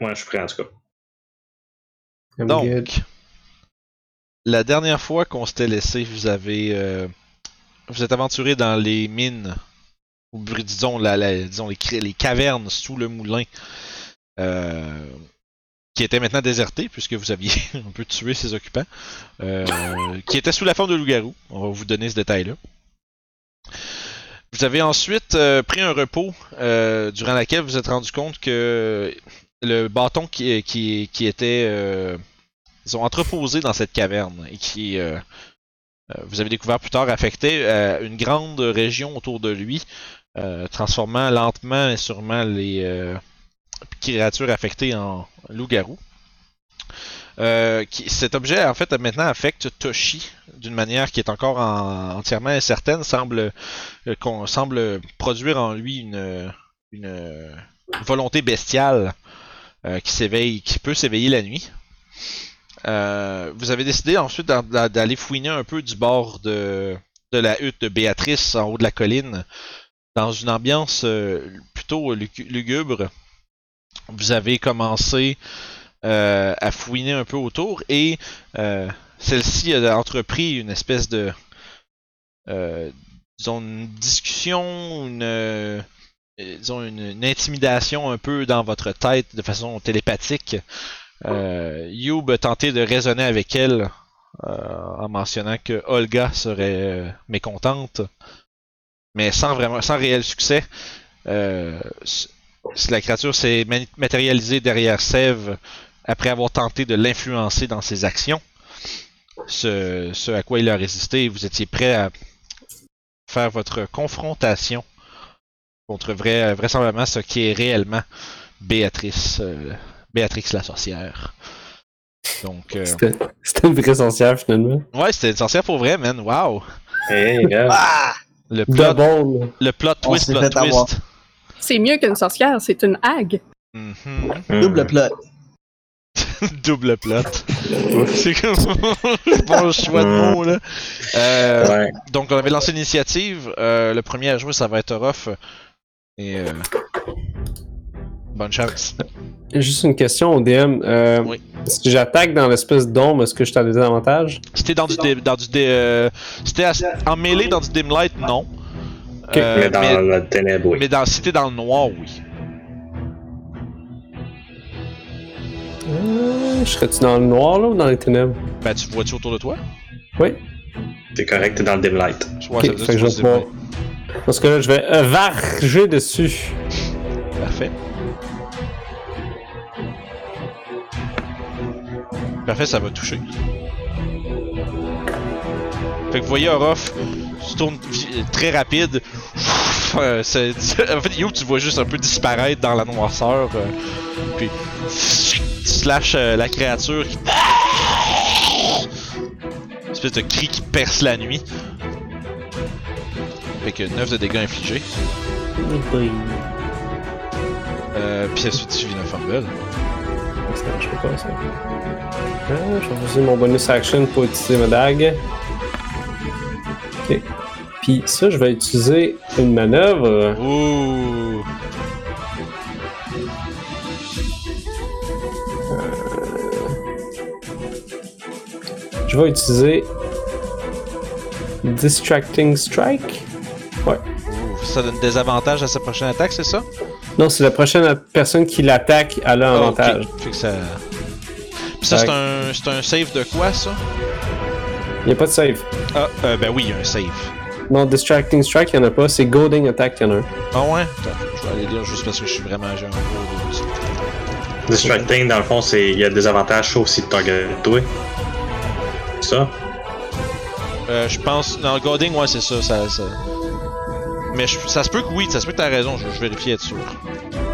je suis prêt en tout cas. I'm Donc, good. La dernière fois qu'on s'était laissé, vous avez. euh, vous êtes aventuré dans les mines, ou br- disons, la, la- disons les, cr- les cavernes sous le moulin, euh, qui étaient maintenant désertées, puisque vous aviez un peu tué ses occupants, euh, qui étaient sous la forme de loup-garou. On va vous donner ce détail-là. Vous avez ensuite euh, pris un repos, euh, durant laquelle vous vous êtes rendu compte que le bâton qui, qui, qui était. euh, ils ont entreposé dans cette caverne et qui, euh, euh, vous avez découvert plus tard, affectait euh, une grande région autour de lui, euh, transformant lentement et sûrement les euh, créatures affectées en loups-garous. Euh, qui- cet objet, en fait, maintenant affecte Toshi d'une manière qui est encore en- entièrement incertaine, semble, euh, qu'on semble produire en lui une, une volonté bestiale euh, qui s'éveille, qui peut s'éveiller la nuit. Euh, vous avez décidé ensuite d'en- d'a- d'aller fouiner un peu du bord de, de la hutte de Béatrice en haut de la colline, dans une ambiance euh, plutôt lugu- lugubre. Vous avez commencé euh, à fouiner un peu autour et euh, celle-ci a entrepris une espèce de euh, disons une discussion, une euh, disons une, une intimidation un peu dans votre tête de façon télépathique. Euh, Youb a tenté de raisonner avec elle euh, en mentionnant que Olga serait euh, mécontente, mais sans vraiment, sans réel succès. Euh, s- la créature s'est mani- matérialisée derrière Sève après avoir tenté de l'influencer dans ses actions. Ce, ce à quoi il a résisté, vous étiez prêt à faire votre confrontation contre vrai, vraisemblablement ce qui est réellement Béatrice. euh, Béatrix la sorcière. Donc, euh, C'était c'était une vraie sorcière finalement. ouais, c'était une sorcière pour vrai, man. Wow! Hey, gars, Ah! Le De plot, bon, là. le plot On twist, s'est plot fait avoir. twist. C'est mieux qu'une sorcière, c'est une hague. Mhm. Hmm, Double plot. Double plot. C'est comme bon choix de mots, là. Euh, Ouais. donc, on avait lancé l'initiative. Euh, le premier à jouer, ça va être Orof. Et. euh, Bonne chance. Juste une question au DM. Euh, Oui. Si j'attaque dans l'espèce d'ombre, est-ce que je suis à désavantage C'était dans du. dé- dans du dé- euh, C'était à- en mêlée dans du dim light, non. Euh, mais dans mais- la ténèbre, oui. mais dans, si t'es dans le noir, oui. Euh, Je serais-tu dans le noir là ou dans les ténèbres Ben, tu vois-tu autour de toi? Oui. C'est correct, t'es dans le dim light. Soit Ok, fait que je vais pouvoir- Parce que là, je vais euh, varger dessus. Parfait. Parfait, ça va toucher. Fait que vous voyez Orof se tourne vi- très rapide. Euh, c'est- en fait, Youb, tu le vois juste un peu disparaître dans la noirceur. euh, puis tu slashes euh, la créature qui. Une espèce de cri qui perce la nuit. Fait que 9 de dégâts infligés. Euh, puis ensuite, tu vis un fumble. Ça marche pas, ça. Ah, je vais utiliser mon bonus action pour utiliser ma dague. Ok. Puis ça, je vais utiliser une manœuvre. Ouh! Je vais utiliser Distracting Strike. Ouais. Ouh, Ça donne des avantages à sa prochaine attaque, c'est ça? Non, c'est la prochaine personne qui l'attaque, elle a un Ah, ok. avantage. Fait que ça. Puis ça, Fait c'est que- un, c'est un save de quoi, ça? Il n'y a pas de save. Ah, euh, ben oui, il y a un save. Non, Distracting Strike, il n'y en a pas. C'est Golding Attack, il y en a un. Ah ouais? Attends, je vais aller lire juste parce que je suis vraiment j'ai un gros. Distracting, dans le fond, c'est il y a des avantages, sauf si tu target toi. Ça? Euh, je pense. Non, Goding, ouais, c'est ça, ça. ça... Mais je- ça se peut que oui, ça se peut que t'as raison, je, je vérifie être sûr.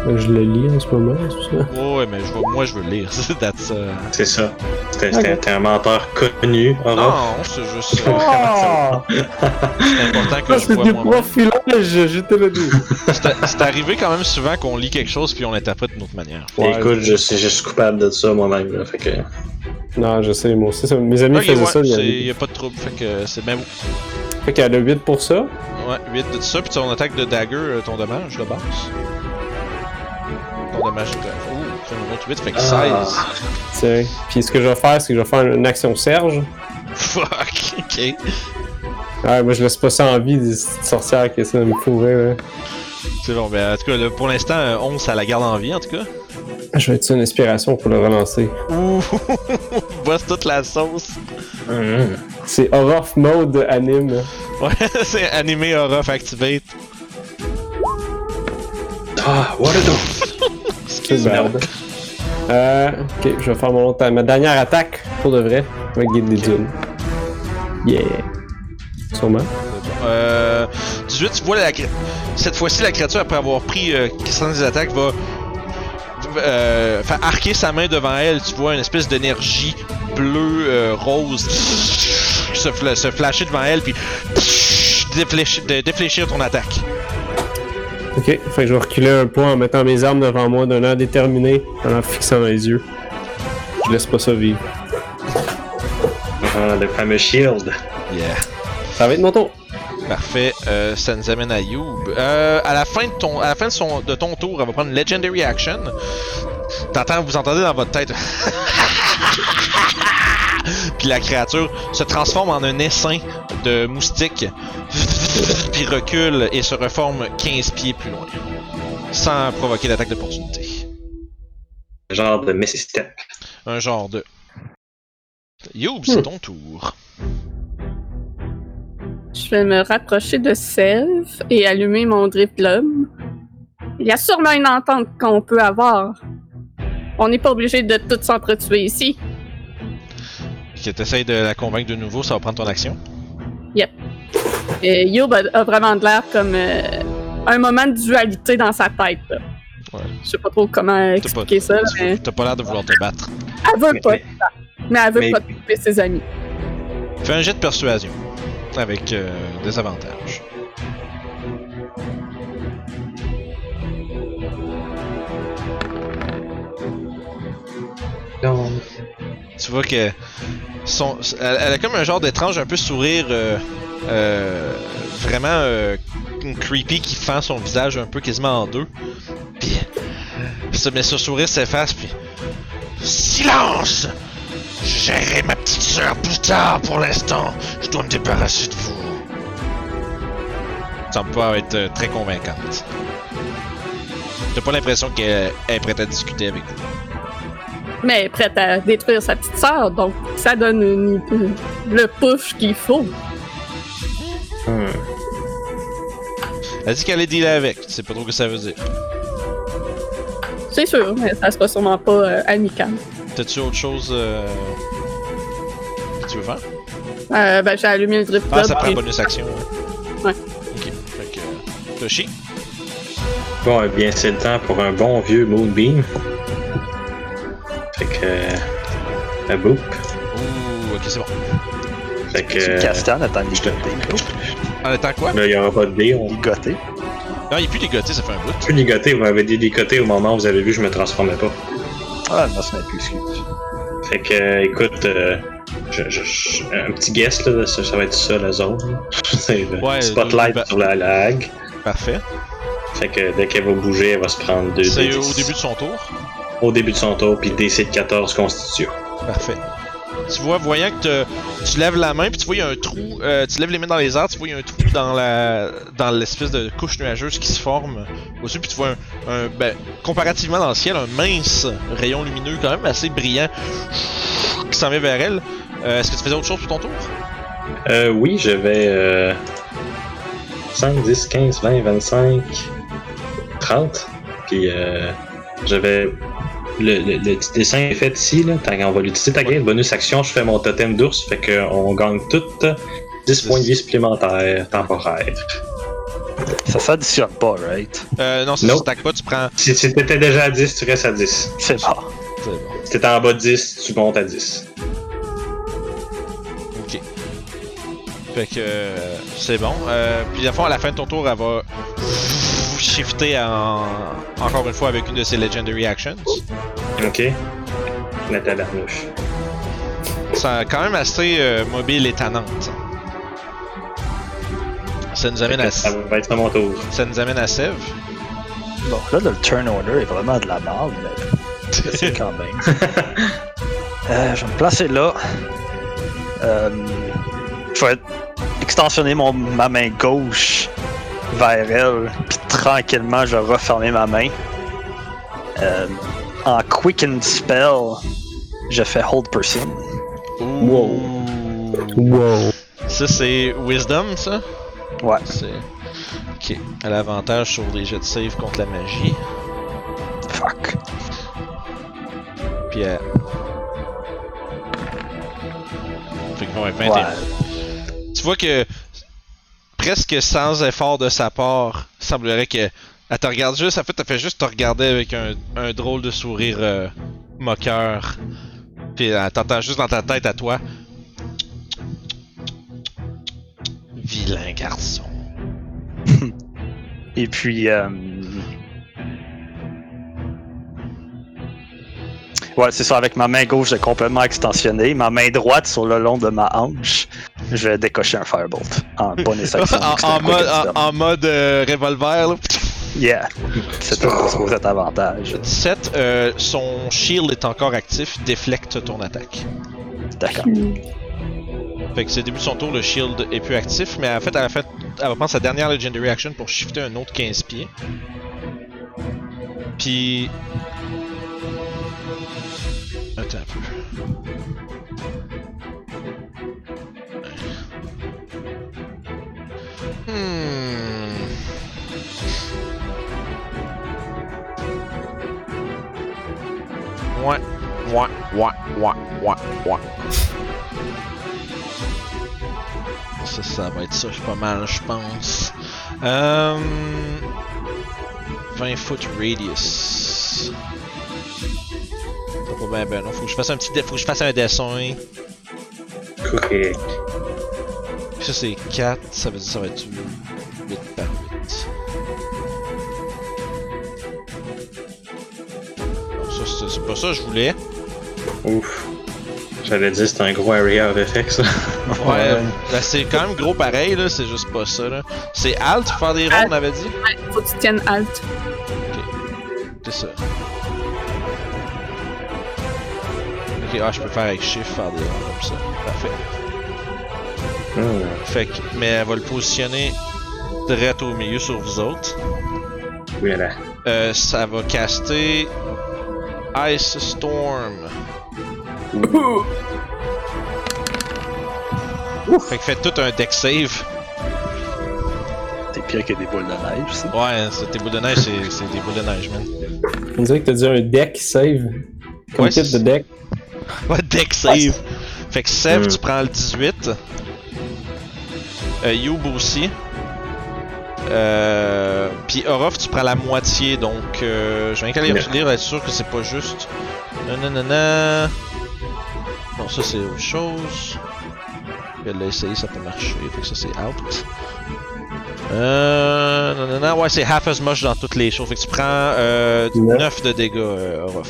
Ben, Je le lis en ce moment, c'est ça. Ouais, ouais, mais je, vais- moi je veux le lire, c'est that's, euh, C'est ça. T'es t'es- t'es un menteur connu, Aura. Non, c'est juste. euh, Ah! C'est important que je c'est vois du moi. profilage, je te le dis. C'est c'est arrivé quand même souvent qu'on lit quelque chose puis on l'interprète d'une autre manière. Ouais. Écoute, je suis juste coupable de ça moi-même. là, Fait que. Non, je sais, moi aussi, ça- mes amis Ok, faisaient ouais, ça. il y c'est- y avait- a pas de trouble, fait que c'est bien Fait qu'elle a 8 pour ça. Ouais, 8 de ça, puis ton attaque de dagger, euh, ton dommage de base. Ton dommage de dagger. Ouh, C'est un autre 8, fait que Ah. 16. Tiens. Puis ce que je vais faire, c'est que je vais faire une action Serge. Fuck, ok. Ouais, moi je laisse pas ça en vie, des petites sorcières que ça me pourrait. là. C'est bon, ben en tout cas, là, pour l'instant, euh, 11, ça la garde en vie, en tout cas. Je vais utiliser une inspiration pour le relancer. Ouh, bosse toute la sauce. Mhm. C'est Orof Mode anime. Ouais, c'est animé aura activate. Ah, what a do- C'est merde. Bah. Euh, ok, je vais faire mon autre, ma dernière attaque pour de vrai avec Guide des Dunes. Yeah. Sûrement. Euh, 18, tu vois la cri- cette fois-ci la créature après avoir pris euh, 400 des attaques va euh, faire arquer sa main devant elle. Tu vois une espèce d'énergie bleue euh, rose se, fla- se flasher devant elle puis défléchir, de- défléchir ton attaque. Ok, fait que je vais reculer un point en mettant mes armes devant moi d'un air déterminé, en leur fixant dans les yeux. Je laisse pas ça vivre. Ah, le fameux shield. Yeah. Ça va être mon tour. Parfait. Euh, ça nous amène à Youb. Euh, à la fin de ton, à la fin de son, de ton tour, elle va prendre une legendary action. T'entends, vous entendez dans votre tête. Puis la créature se transforme en un essaim de moustique. Puis recule et se reforme 15 pieds plus loin. Sans provoquer d'attaque d'opportunité. Genre de Messi Step. Un genre de. Youb, c'est ton tour. Je vais me rapprocher de Self et allumer mon Drift Globe. Il y a sûrement une entente qu'on peut avoir. On n'est pas obligé de tout s'entretuer ici. Que t'essayes de la convaincre de nouveau, ça va prendre ton action. Et Yob Euh, a, a vraiment de l'air comme euh, un moment de dualité dans sa tête. là. Ouais. Je sais pas trop comment T'as pas- expliquer ça, mais T'as pas l'air de vouloir te battre. elle veut Mais- pas, mais elle veut mais- pas tuer ses amis. Fais un jet de persuasion. Avec euh, des avantages. Non. Tu vois que. Son, elle, elle a comme un genre d'étrange, un peu sourire. euh, euh, vraiment euh, creepy qui fend son visage un peu quasiment en deux. Puis. ce- Mais ce sourire s'efface, puis. Silence! Je gérerai ma petite sœur plus tard pour l'instant. Je dois me débarrasser de vous. Ça semble pas être euh, très convaincante. T'as pas l'impression qu'elle est prête à discuter avec vous. Mais elle est prête à détruire sa petite sœur, donc ça donne une- une- le push qu'il faut. Hmm. Elle dit qu'elle est dealée avec, tu sais pas trop ce que ça veut dire. C'est sûr, mais ça sera sûrement pas euh, amical. T'as-tu autre chose euh, que tu veux faire? Euh, ben, j'ai allumé le drip Ah, club, ça prend puis- bonus action. hein? Ouais. Ok, fait que. euh, Toshi, Bon, eh bien, c'est le temps pour un bon vieux Moonbeam. Fait que. euh, Un boop. Ouh, ok, c'est bon. Fait que. Tu me euh, castanes, attends, les je te- En étant quoi? Là, il n'y aura pas de dé. On... Ligoté. Non, il est plus dégoté, ça fait un bout. Je suis ligoté, vous m'avez dit ligoté au moment où vous avez vu, je me transformais pas. Ah, non, ce n'est plus, excuse. Fait que, euh, écoute, euh, je- je- je- un petit guess, là, ça, ça va être ça la zone. C'est le Ouais, euh, spotlight le- le- sur la lag. Parfait. Fait que dès qu'elle va bouger, elle va se prendre deux C'est dés au dix. début de son tour. au début de son tour, puis DC de 14 constitution. Parfait. Tu vois, voyant que te- tu lèves la main, puis tu vois, il y a un trou. euh, tu lèves les mains dans les airs, tu vois, il y a un trou dans la dans l'espèce de couche nuageuse qui se forme au-dessus, puis tu vois un, un- ben, comparativement dans le ciel, un mince rayon lumineux, quand même assez brillant, qui s'en vient vers elle. Euh, Est-ce que tu faisais autre chose pour ton tour Euh, oui, je vais. Euh, 5, 10, 15, 20, 25, 30. Puis euh, je vais. Le, le- le petit dessin est fait ici, là. Tant qu'on va l'utiliser, t'as bonus action, je fais mon totem d'ours, fait qu'on gagne toutes 10 points de vie supplémentaires temporaires. Ça s'additionne pas, right? euh, Non, c'est Nope. tu t'attaques pas, tu prends. Si, si t'étais déjà à 10, tu restes à 10. C'est bon. C'est bon. Si t'étais en bas de 10, tu montes à 10. Ok. Fait que euh, c'est bon. Euh, puis à fond, à la fin de ton tour, elle va shifter en... encore une fois avec une de ses legendary actions. Ok? La tabarnouche. Ça quand même assez euh, mobile et tannante. Ça nous amène à Ça va être à mon tour. ça nous amène à Sèvres. Bon, là, le turn order est vraiment de la merde, mais J'essaie quand même. Euh, je vais me placer là. Euh, je vais extensionner mon, ma main gauche vers elle, puis tranquillement, je vais refermer ma main. Euh, en Quicken Spell, je fais Hold Person. Wow. Wow. Ça, c'est Wisdom, ça? Ouais. C'est. Ok. Elle a avantage sur les jets de save contre la magie. Fuck. Puis euh, elle. Fait que, ouais, 21. Ouais. Tu vois que. Presque sans effort de sa part, semblerait que. Elle te regarde juste, en fait, elle fait juste te regarder avec un, un drôle de sourire euh, moqueur. Puis elle t'entend juste dans ta tête à toi. Vilain garçon. Et puis. euh, Ouais, c'est ça. Avec ma main gauche, j'ai complètement extensionné. Ma main droite sur le long de ma hanche, je vais décocher un Firebolt en bonus action. en, C'est un en quick mode, and en, stop. en mode, euh, revolver, là. Yeah. C'est tout pour cet avantage. 17, euh, son shield est encore actif, déflecte ton attaque. D'accord. Fait que c'est le début de son tour, le shield est plus actif, mais en fait, elle, a fait, elle va prendre sa dernière Legendary Action pour shifter un autre 15 pieds. Puis. Attends un peu. Hmm. Ouais, ouais, ouais, ouais, ouais, ouais. Ça, ça va être ça, je suis pas mal, je pense. Euh... 20 foot radius. Pas pas bien, ben non. Faut que je fasse un petit, dé- faut que je fasse un dessin. Correct. Ça c'est 4, ça veut dire ça va être 8 par 8. Bon, ça c'est- c'est pas ça que je voulais. Ouf. J'allais dire c'était un gros area of effect ça. Ouais, ben, c'est quand même gros pareil là, c'est juste pas ça là. C'est alt faire des rondes, on avait dit. Faut que tu tiennes alt. C'est ça. Ok, ah, je peux faire avec shift, faire des ronds comme ça. Parfait. Hmm. Fait que, mais elle va le positionner direct au milieu sur vous autres. Voilà. Euh, ça va caster Ice Storm. Fait que faites tout un deck save. C'est pire que des boules de neige, ça. Ouais, c'est des boules de neige, c'est c'est des boules de neige, man. On dirait que t'as dit un deck save. Comme Ouais, type c'est- de deck. Ouais, deck save. Fait que Sev, Hmm. tu prends le 18. Euh, Youb aussi. Euh, Puis Orof, tu prends la moitié, donc euh, je vais aller Yeah. lire, être sûr que c'est pas juste. Nanana. Non, ça c'est autre chose. Elle l'a essayé, ça peut marcher. Fait que ça c'est out. Euh, nanana. Ouais, c'est half as much dans toutes les choses. Fait que tu prends euh, Yeah. 9 de dégâts, euh, Orof.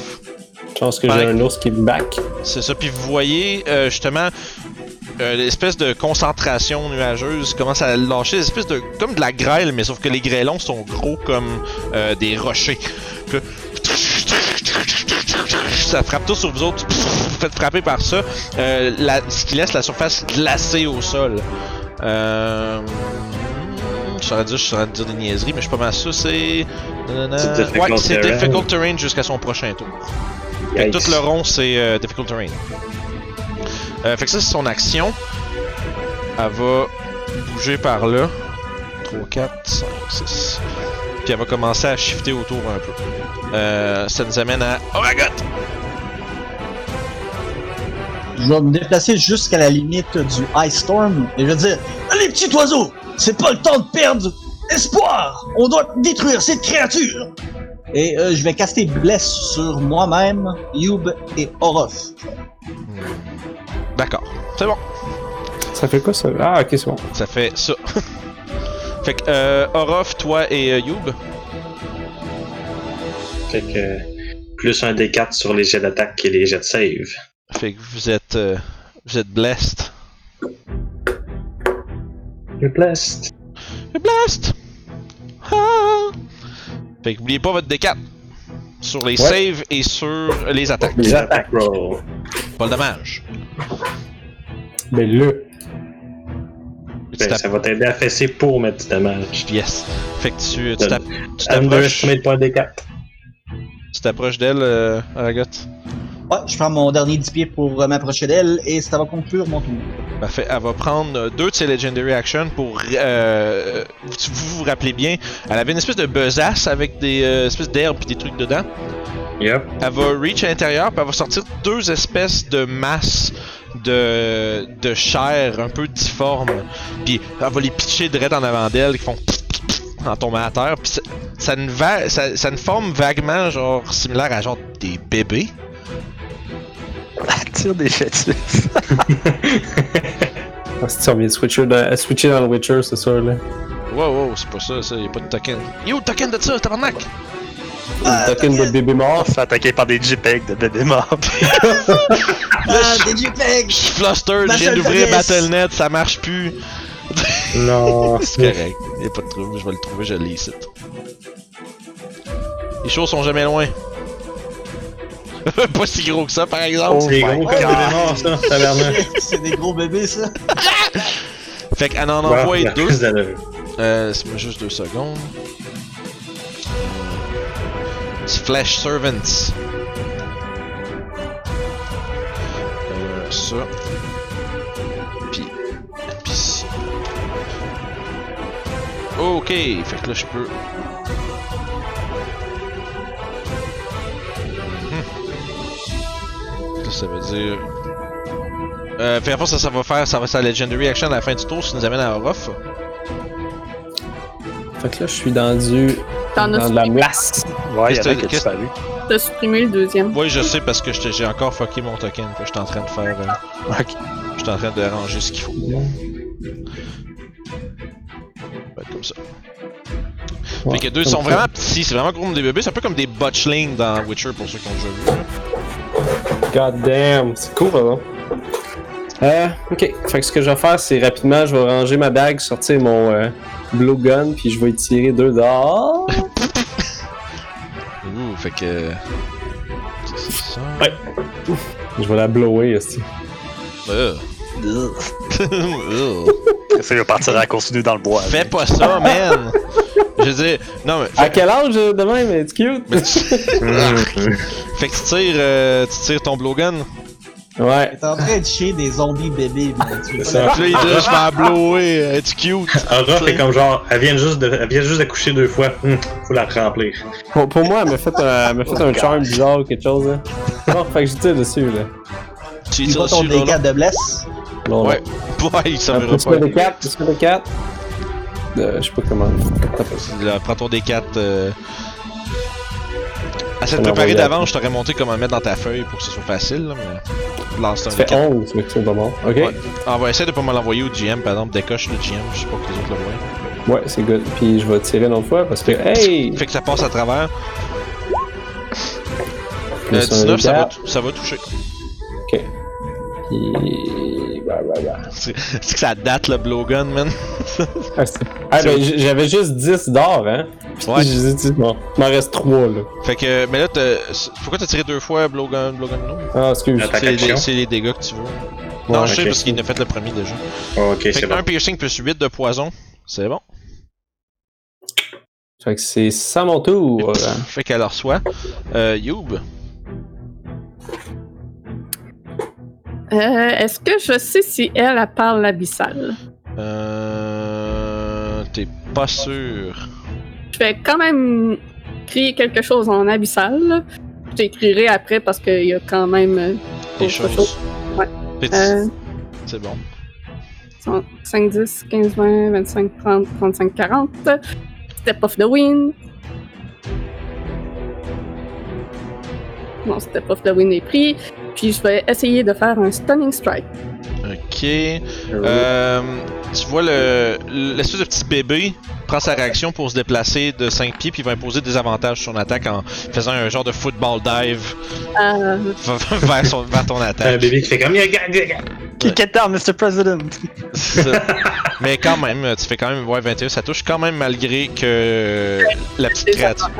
Je pense que Pareil. j'ai un ours qui me back. C'est ça. Puis vous voyez euh, justement euh, l'espèce de concentration nuageuse commence à lâcher, espèce de comme de la grêle, mais sauf que les grêlons sont gros comme euh, des rochers. Puis là, ça frappe tout sur vous autres. Vous faites frapper par ça, euh, la- ce qui laisse la surface glacée au sol. Euh... hmm, Je saurais dire, je saurais dire des niaiseries, mais je suis pas mal sûr. C'est. Nanana. C'est difficult Ouais, c'est terrain. difficult terrain jusqu'à son prochain tour. Fait que Yikes. tout le rond, c'est euh, Difficult Terrain. Euh, fait que ça, c'est son action. Elle va bouger par là. 3, 4, 5, 6. Puis elle va commencer à shifter autour un peu. Euh, ça nous amène à. Oh my god! Je vais me déplacer jusqu'à la limite du Ice Storm et je vais dire Allez, petit oiseau, c'est pas le temps de perdre espoir On doit détruire cette créature Et euh, je vais caster Bless sur moi-même, Youb et Orof. D'accord. C'est bon. Ça fait quoi ça? Ah, ok, c'est bon. Ça fait ça. fait que, euh, Orof, toi et euh, Youb. Fait que plus un D4 sur les jets d'attaque et les jets de save. Fait que vous êtes. euh, vous êtes blessed. Le blast. Blessed! Ah! Fait que, oubliez pas votre D4. Sur les saves et sur les attaques. Les attaques. Roll. Ben, Pas le dommage. Mais le. Tu Ben, tapes- ça va t'aider à fesser pour mettre du damage. Yes. Fait que tu, tu Ça- tapes- tu t'approches Underestimate pas des 4. tu t'approches d'elle, euh, Aragoth. Ouais, je prends mon dernier 10 pieds pour euh, m'approcher d'elle et ça va conclure mon tour. Parfait. Elle va prendre euh, deux de ses Legendary Actions pour. euh, vous, vous vous rappelez bien, elle avait une espèce de besace avec des euh, espèces d'herbes et des trucs dedans. Yup. Elle va reach à l'intérieur, puis elle va sortir deux espèces de masses de, de chair un peu difforme. Puis elle va les pitcher direct en avant d'elle, qui font en tombant à terre. Puis ça, ça, a une va- ça, ça a une forme vaguement genre similaire à genre des bébés. Attire des fœtus. Parce que Ah, tu reviens de switcher dans, à switcher dans le Witcher, c'est sûr, là. Wow, wow, c'est pas ça, ça, y'a pas de token. Yo, token de ça, tabarnak! Ah, Une token de bébé On mort. se fait attaquer par des JPEG de bébé mort. Ah, des JPEG! Je suis fluster, Ma je viens seule d'ouvrir faiblesse. BattleNet, ça marche plus. Non, C'est correct, y'a pas de trouble, je vais le trouver, je l'ai ici. Les choses sont jamais loin. pas si gros que ça, par exemple. c'est gros comme des God. morts, ça, tabarnak. C'est des gros bébés, ça! Fait ah qu'elle en Bon, envoie la deux. prise de- Euh, c'est juste deux secondes. C'est Flash Servants. Euh, ça. Puis. Puis. ci. Ok, fait que là je peux. Mhm. Ça, Hmm. ça veut dire. Euh, fait à force, ça, ça va faire, ça va être sa Legendary Action à la fin du tour, ce qui nous amène à Orof. Fait que là, je suis dans du. T'en as dans de la supprimé- melasse. Ouais, Qu'est-ce y'en a que- qui a qu'est-ce- disparu. t'as supprimé le deuxième. Oui, je sais parce que j'étais- j'ai encore fucké mon token. Fait que j'étais en train de faire. euh, J'étais en train de ranger ce qu'il faut. Fait que comme ça. Ouais, fait que deux comme sont ça. vraiment petits, c'est vraiment gros comme des bébés. C'est un peu comme des botchlings dans Witcher pour ceux qui ont déjà vu. God damn, c'est cool, hein, pardon. Euh, ok. Fait que ce que je vais faire, c'est rapidement, je vais ranger ma bague, sortir mon euh, blowgun, puis je vais y tirer deux dehors. Ouh, fait que. euh, C'est ça. je vais la blower aussi. Euh. Euh. Ça va partir à la course nue dans le bois. Fais pas ça, man! Je veux dire, non mais. À quel âge euh, de même? It's cute! mais tu- Mhm. fait que tu tires, euh, tu tires ton blowgun. Ouais. T'es en train de chier des zombies bébés, man. Tu veux C'est pas ça. Puis là, il dit, je vais la blower, es-tu cute? Aura fait comme genre, elle vient juste de, elle vient juste d'accoucher deux fois. Hum, faut la remplir. Pour, pour moi, elle m'a fait un, elle m'a fait un charm bizarre ou quelque chose, là. Bon, fait que je tire dessus, là. Tu Il tires va ton dessus, là, là. dégât de blesse. Non, Ouais. Ouais, il non. servira Plus que pas. de 4, plus que de 4. Euh, je sais pas comment. T'as pas- Là, prends ton D4. Euh... À On cette va préparée regarder. d'avance, je t'aurais montré comment le mettre dans ta feuille pour que ce soit facile, là, mais. Lance un Ça fait D4. 11, fait que c'est pas bon. Ok? Ouais. Ouais, Ah, ouais, essaie de pas me l'envoyer au GM, par exemple, décoche le GM, je sais pas que les autres le voient. c'est good. Puis je vais tirer une autre fois parce que. Hey! Fait que ça passe à travers. Plus Euh, un 19, ça va, D4, tou- ça va toucher. Puis. Bah, bah, bah. C'est c'est que ça date le blowgun, man. Ah, c'est- ah, ben, j- j'avais juste 10 d'or, hein? Ouais. J'ai dit, bon, il m'en reste 3, là. Fait que, mais là, t'as- pourquoi t'as tiré deux fois blowgun, blowgun, non? Ah, excuse. Attaque C'est les, action. c'est les dégâts que tu veux. non, je sais ok. parce qu'il en a fait le premier déjà. Ok, Fait c'est que bon. un piercing plus 8 de poison, c'est bon. Fait que c'est ça mon tour. Fait qu'elle reçoit. Euh, Youb. Euh, Est-ce que je sais si elle, elle parle l'abyssal? Euh, T'es pas sûr. Je vais quand même crier quelque chose en abyssal. là. Je t'écrirai après parce qu'il y a quand même euh, Des autre chose. choses. Ouais. Petit- Euh, C'est bon. 5, 10, 15, 20, 25, 30, 35, 40. Step off the wind. Non, Step off the wind est pris. Puis je vais essayer de faire un stunning strike. Ah Ok. Euh, tu vois le l'espèce de petit bébé prend sa réaction pour se déplacer de 5 pieds puis il va imposer des avantages sur son attaque en faisant un genre de football dive Euh, vers, son- vers ton T'as un attaque. bébé qui fait comme, Yaga, yaga. Kick it down, Mr. President! C'est ça. Mais quand même, tu fais quand même ouais 21, ça touche quand même malgré que la petite créature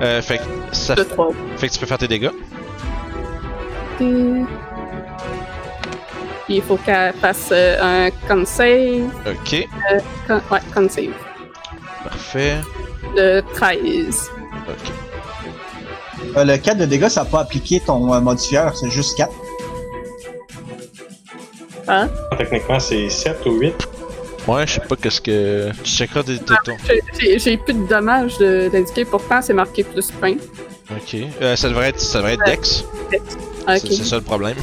Euh, fait, que ça, deux, trois. fait que tu peux faire tes dégâts. Puis il faut qu'elle fasse euh, un con save. Ok, Con... Ouais, con save. parfait. De 13. Ok. Euh, le 4 de dégâts, ça n'a pas appliqué ton euh, modifieur, c'est juste 4. Techniquement, c'est 7 ou 8. Ouais, je sais pas qu'est-ce que. Tu checkeras des tétons. J'ai- J'ai j'ai plus de dommages de- d'indiquer. Pourtant, c'est marqué plus 20. Ok. Euh, ça devrait être, ça devrait être Dex. Ah, Ok. Ah. C'est- C'est ça le problème.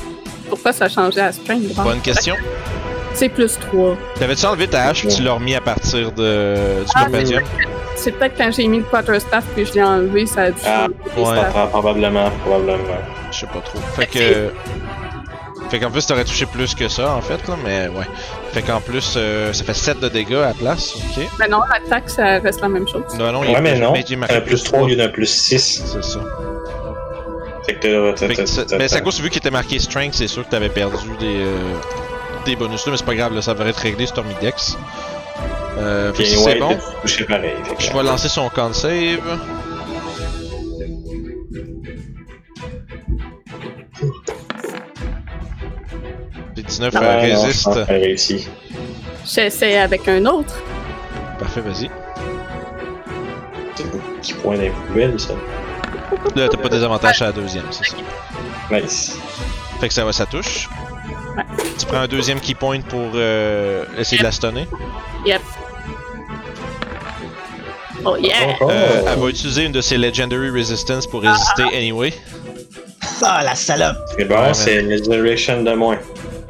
Pourquoi ça a changé à strength? bon? Bonne question. C'est plus 3. T'avais-tu enlevé ta hache et tu l'as remis à partir de, du Ah, compendium? C'est peut-être quand j'ai mis le quarterstaff puis je l'ai enlevé, ça a dû Ah, changer. ouais. Ça- Ah, probablement, probablement. Je sais pas trop. Fait que. Fait qu'en plus, t'aurais touché plus que ça, en fait, là, mais ouais. Fait qu'en plus, euh, ça fait 7 de dégâts à la place, ok. Mais non, l'attaque, ça reste la même chose. Non, non, il Ouais, est mais plus- non. il est Un plus 3 au lieu d'un plus 6. C'est ça. Fait que t'as- t'as- Fait que ça- t'as- mais t'as- ça cause, vu qu'il était marqué Strength, c'est sûr que t'avais perdu des, euh, des bonus là, mais c'est pas grave, là, ça devrait être réglé Stormy Dex. Euh, fait Puis que si ouais, c'est bon, t'as touché pareil. Fait que- je vais lancer son con save. Puis 19 euh, Ah, Ouais, non, je résiste. pense que t'as réussi. J'essaie avec un autre. Parfait, vas-y. C'est un petit point dans les poubelles, ça. Là, t'as pas des avantages à la deuxième, c'est ça. Nice. Fait que ça va, ça touche. Tu prends un deuxième key point pour euh, essayer de la stunner. Yep. Oh Eh, yeah! Oh, Euh, oh, elle va utiliser une de ses Legendary Resistance pour résister anyway. Ah, la salope! C'est bon, Eh ben, c'est une direction de moins.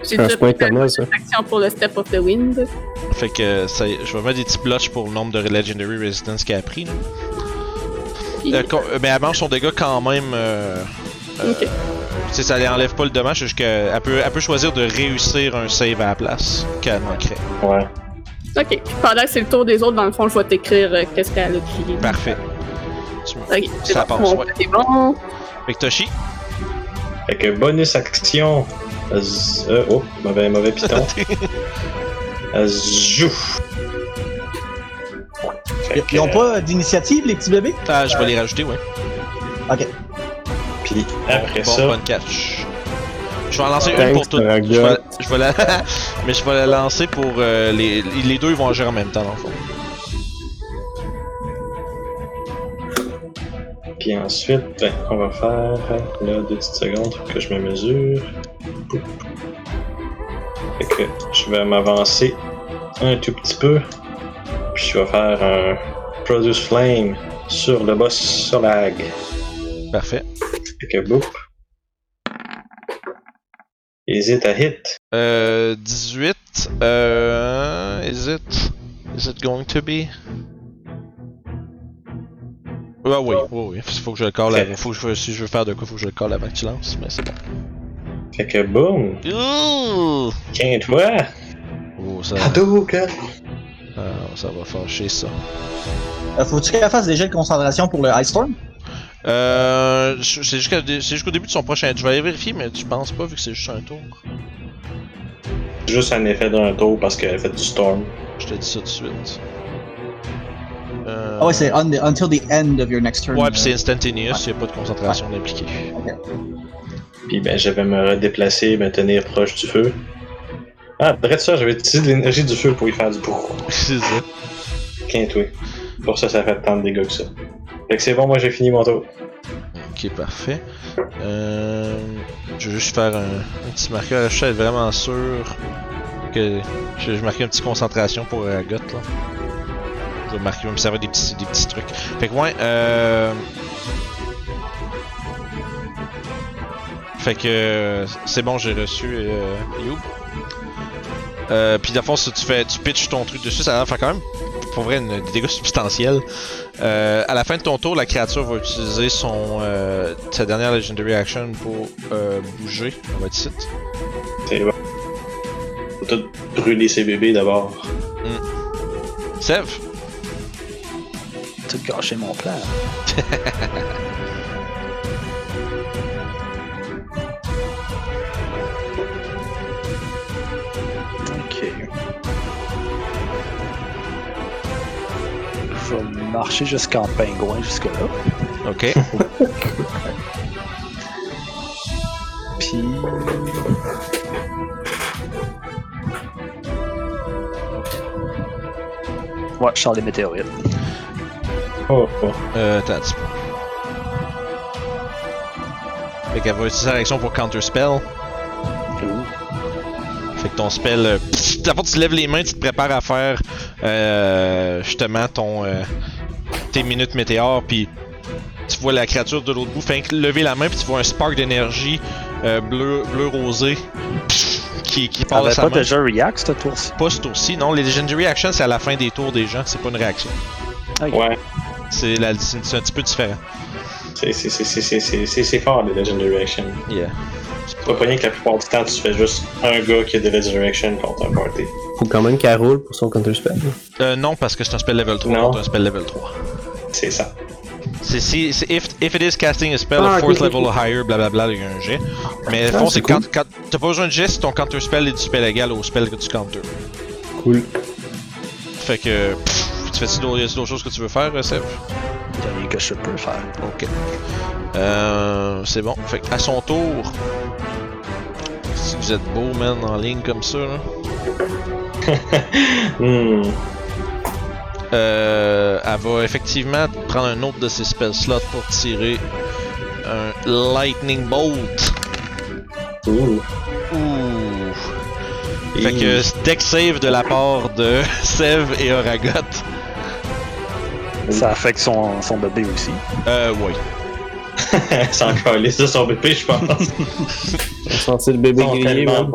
J'ai Un déjà point pris une éternel, ça. action pour le Step of the Wind. Fait que euh, ça, je vais mettre des petits blotches pour le nombre de Legendary Resistance qu'elle a pris. là. Puis- Euh, con- euh, mais elle mange son dégât quand même. Euh, euh, Ok. tu sais, ça lui enlève pas le dommage, c'est juste qu'elle peut, elle peut choisir de réussir un save à la place qu'elle manquerait. Ouais. Ok, puis pendant que c'est le tour des autres, dans le fond, je vais t'écrire euh, qu'est-ce qu'elle a crié. Parfait. Tu- Ok, c'est Ça bon. passe, Mon- ouais. C'est bon. Fait que Toshi, Fait que bonus action. Z- euh, oh, mauvais, mauvais piton. Euh, Zou. Fait Ils- que, Ils ont pas euh, d'initiative, les petits bébés? ah, je vais les rajouter, ouais. Puis après bon, ça, bonne catch. Je vais en lancer une Thanks, pour toutes. Paragon. Je vais, je vais la... Mais je vais la lancer pour euh, les, les deux ils vont agir en même temps dans le fond. puis ensuite, ben, on va faire là deux petites secondes faut que je me mesure. Fait que je vais m'avancer un tout petit peu. Puis je vais faire un Produce Flame sur le boss Solag. Parfait. Fait que boop. Hésite à hit. Euh, 18. Euh, is it is it going to be? Ah oui, oui, oui. Faut que je le colle. avant. Faut que je, si je veux faire de quoi, faut que je le colle avant que tu lances, mais c'est bon. Fait que boum! Ouh! Tiens, toi! Oh, ça, Hadouken! ah, ça va fâcher ça. Euh, Faut-tu qu'elle fasse des jets de concentration pour le Ice Storm? Euh, je- c'est jusqu'à- c'est jusqu'au début de son prochain. Je vais aller vérifier, mais tu penses pas vu que c'est juste un tour. Juste un effet d'un tour parce qu'elle a fait du storm. Je te dis ça tout de suite. Euh, Ah ouais, c'est on the- until the end of your next turn. Ouais, puis c'est euh. instantaneous, il y a pas de concentration impliquée. Puis ben, je vais me redéplacer, me tenir proche du feu. Ah, de ça, j'avais utilisé de l'énergie du feu pour y faire du bourg. c'est ça. Tiens, toi. Pour ça, ça fait tant de dégâts que ça. Fait que c'est bon, moi j'ai fini mon tour. Ok, parfait. Euh, je vais juste faire un, un petit marqueur. Je suis vraiment sûr que je, je marquais une petite concentration pour la gotte là. Je vais marquer, je vais me servir des petits, des petits trucs. Fait que ouais, euh... Fait que euh, c'est bon, j'ai reçu euh, Youb. Euh, puis dans le fond, si tu fais, tu pitches ton truc dessus, ça va faire quand même, pour vrai, une- des dégâts substantiels. Euh, à la fin de ton tour, la créature va utiliser son euh, sa dernière legendary action pour euh, bouger. On va être ici. C'est bon. Faut tout brûler ses bébés d'abord. Sev, Tout gâché mon plan. ok. Je vais marcher jusqu'en pingouin jusque-là. Ok. Puis. Ouais, je sors les météorites. Oh, oh. Euh, attends un petit peu. Fait qu'elle va utiliser son action pour counterspell. Fait que ton spell. euh, pff, D'abord, tu lèves les mains, tu te prépares à faire euh, justement ton. euh, tes minutes météores, puis tu vois la créature de l'autre bout. Fait que lever la main, puis tu vois un spark d'énergie euh, bleu, bleu rosé qui, qui part de T'avais sa Ah, ben, pas main. déjà react ce tour-ci? Pas ce tour-ci, non. Les Legendary Actions, c'est à la fin des tours des gens, c'est pas une réaction. Ouais, C'est la- c'est c'est un petit peu différent. c'est- c'est- c'est- c'est c'est- c'est- c'est- c'est fort, les Legendary Action. Yeah. Pas pogné que la plupart du temps, tu fais juste un gars qui a des Legendary Action contre un party. Faut quand même qu'elle roule pour son counterspell. Euh, non, parce que c'est un spell level 3. Non. c'est un spell level 3. C'est ça. C'est si, c'est if, if it is casting a spell Ah, of ok, fourth ok, level ok. Ah, or higher, blablabla, il y a un jet. Mais le fond, c'est c'est quand, quand t'as pas besoin de jet si ton counter spell est du spell égal au spell que tu counter. Cool. Fait que. pff, tu fais-tu d'autres y a-tu d'autres choses que tu veux faire, euh, Seb Il y a rien que je peux faire. Ok. Euh, c'est bon. Fait que à son tour. Si vous êtes beau, man, en ligne comme ça, là. Hmm. Euh, elle va effectivement prendre un autre de ses spell slots pour tirer un Lightning Bolt. Ouh. Ouh. Fait que c'est deck save de la part de Sev et Oragot. Ça affecte son, son bébé aussi. Euh, oui. c'est encore les de son bébé, je pense. On sentit le Ils bébé sont, grillé, tellement, man.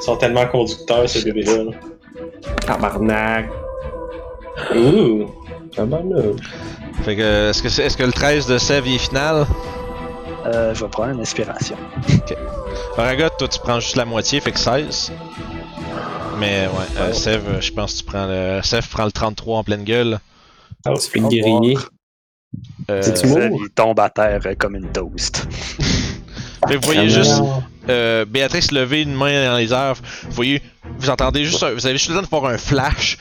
ils sont tellement conducteurs, ces bébés-là. là. Tabarnak. Ouh. Ah, Tabarnak. Fait que est-ce que, c'est- est-ce que le 13 de Sev il est final? Euh, je vais prendre une inspiration. Oragot, toi tu prends juste la moitié, fait que 16. Mais ouais, euh, Sev, euh, je pense que tu prends le. Sev prend le 33 en pleine gueule. Oh, Tu fais griller. Euh, C'est-tu Zeb, mou? il tombe à terre euh, comme une toast. fait que vous voyez juste euh, Béatrice lever une main dans les airs. Vous voyez, vous entendez juste, un- vous avez juste le temps de voir un flash.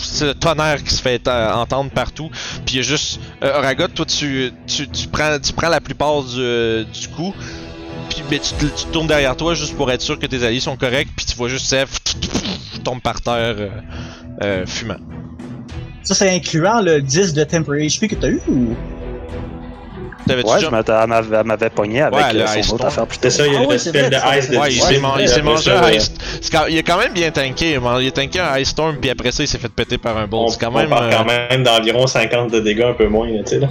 C'est le tonnerre qui se fait euh, entendre partout. Puis il y a juste, euh, Oragot, toi tu, tu, tu prends, tu prends la plupart du, euh, du coup. Puis mais tu, te- tu tournes derrière toi juste pour être sûr que tes alliés sont corrects. Puis tu vois juste Seth tombe par terre euh, euh, fumant. Ça, c'est incluant le 10 de temporary HP que t'as eu ou? T'avais-tu Ouais, je jump? m'atta- elle m'avait elle m'avait pogné avec Ouais, le euh, son Ice autre Storm. affaire plus tôt. C'est ça, il y a Ah ouais, le c'est spell de vrai, c'est ice vrai. de Ouais, il s'est ouais, man- il après s'est mangé ça, un euh, ice. c'est quand- Il a quand même bien tanké. man. Il a tanké un Ice Storm, puis après ça, il s'est fait péter par un On, bolt. C'est quand on même. parle euh, quand même d'environ 50 de dégâts, un peu moins, là, tu sais. là.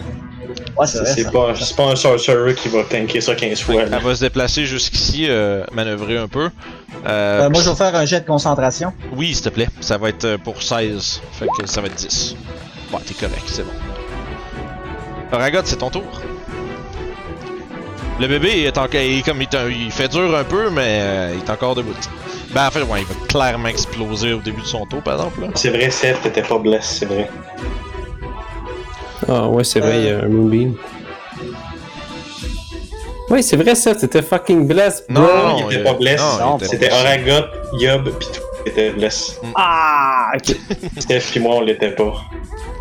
Ouais, c'est Euh, C'est vrai. c'est ça. pas, c'est pas un sorcerer qui va tanker ça 15 fois. là. Elle va se déplacer jusqu'ici, euh, manœuvrer un peu. Euh, Euh, moi, je vais faire un jet de concentration. Oui, s'il te plaît. Ça va être euh, pour 16. Fait que ça va être 10. Bon, t'es correct, c'est bon. Ragot, c'est ton tour. Le bébé est encore. Il, est comme, il, est un- il fait dur un peu, mais euh, il est encore debout. Ben, en fait, ouais, il va clairement exploser au début de son tour, par exemple. là. C'est vrai, Seth, t'étais pas blessé, c'est vrai. Ah ouais, c'est vrai, il y a un moonbeam. Ouais, c'est vrai ça, t'étais fucking blessed, bro. Non, non, non, il était pas blessé. non, il était C'était pas blessé. Oragot, Yob, pis tout. C'était blessé. Mm. Ah, ok. Steph pis moi, on l'était pas.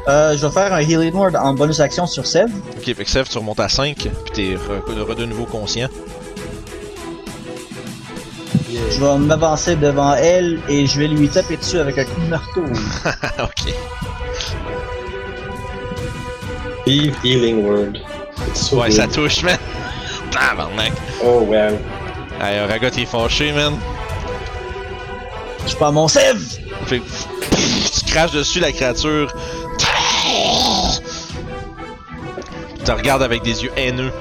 Euh, je vais faire un healing word en bonus action sur Seb. Ok, fait que Seth, tu remontes à 5, puis t'es re- re- de nouveau conscient. Je vais m'avancer devant elle et je vais lui taper dessus avec un coup de marteau. Ah, ok. Eve Healing Word. C'est Ouais, horrible. ça touche, man. Tabarnak. Oh, well. Hey, Ragot, il est fâché, man. Je prends mon Seb! Fait que tu craches dessus la créature. Tu te regardes avec des yeux haineux.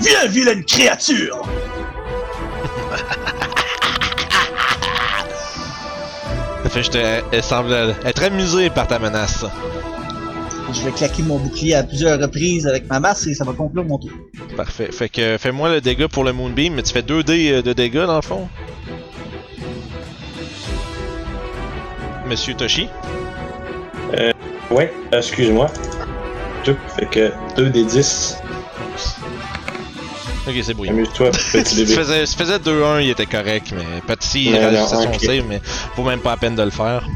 Viens, vilaine créature! Ça fait juste, euh, elle semble être amusée par ta menace. Je vais claquer mon bouclier à plusieurs reprises avec ma masse et ça va conclure mon tour. Parfait. Fait que fais-moi le dégât pour le Moonbeam, mais tu fais 2 dés euh, de dégâts dans le fond. Monsieur Toshi. Ouais, excuse-moi. Tout. Fait que 2 des 10. Ok, c'est brouillé. Amuse-toi, petit Tu bébé. faisais, tu faisais 2-1, il était correct, mais petit, il Ouais, reste non, c'est son ok. save, mais Euh, vaut même pas la peine de le faire.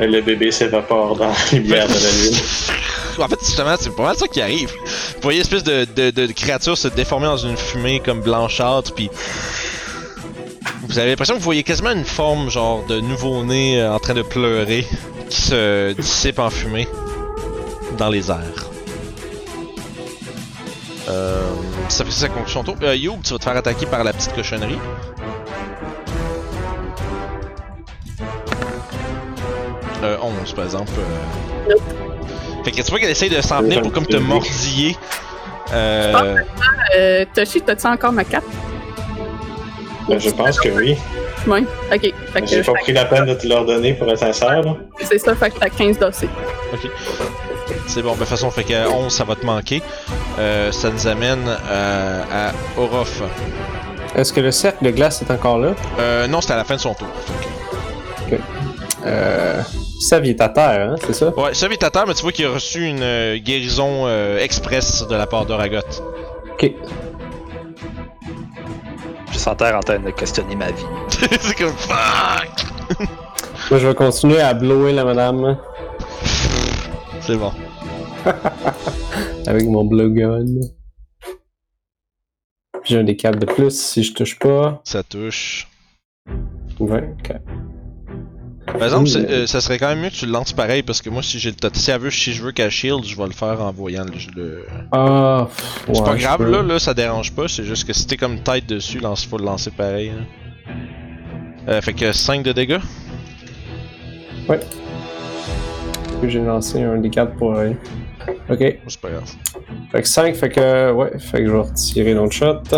Le bébé s'évapore dans la lumière de la lune. en fait, justement, c'est pas mal ça qui arrive. Vous voyez espèce de, de, de créature se déformer dans une fumée comme blanchâtre, puis vous avez l'impression que vous voyez quasiment une forme genre de nouveau-né euh, en train de pleurer qui se dissipe en fumée dans les airs. Euh, ça fait ça conclut son tour. Euh, Youb, tu vas te faire attaquer par la petite cochonnerie. Euh, 11 par exemple. euh. Fait que tu vois qu'elle essaye de s'en venir pour comme te mordiller. Euh, Euh, Toshi, t'as-tu encore ma cape? Ben, je pense que oui. Oui. Ok. Fait que J'ai pas pris la peine de te leur donner pour être sincère. là. c'est ça, fait que t'as 15 dossiers. C'est bon, ben, de toute façon, fait que 11, ça va te manquer. Euh, ça nous amène euh, à Orof. Est-ce que le cercle de glace est encore là? Euh, non, c'était à la fin de son tour. Euh. Sav, il est à terre, hein, c'est ça? Ouais, ça vite à terre, mais tu vois qu'il a reçu une euh, guérison euh, express de la part d'Oragoth. Ok. Je suis en terre en train de questionner ma vie. C'est comme fuck! Moi, je vais continuer à blower la madame hein, C'est bon. avec mon blowgun. J'ai un des câbles de plus si je touche pas. Ça touche. Ouais, ok. Par exemple, Oui. c'est- euh, ça serait quand même mieux que tu le lances pareil, parce que moi, si j'ai le tot- si elle veut, si je veux qu'elle shield, je vais le faire en voyant le. le- Ah, pff, c'est ouais, pas je grave, peux. là, là, ça dérange pas, c'est juste que si t'es comme tête dessus, lance, faut le lancer pareil. hein. Euh, fait que 5 de dégâts. J'ai lancé un des câbles pour rien. Ok. Oh, C'est pas grave. Fait que 5, fait que. Ouais, fait que je vais retirer l'autre shot. Tu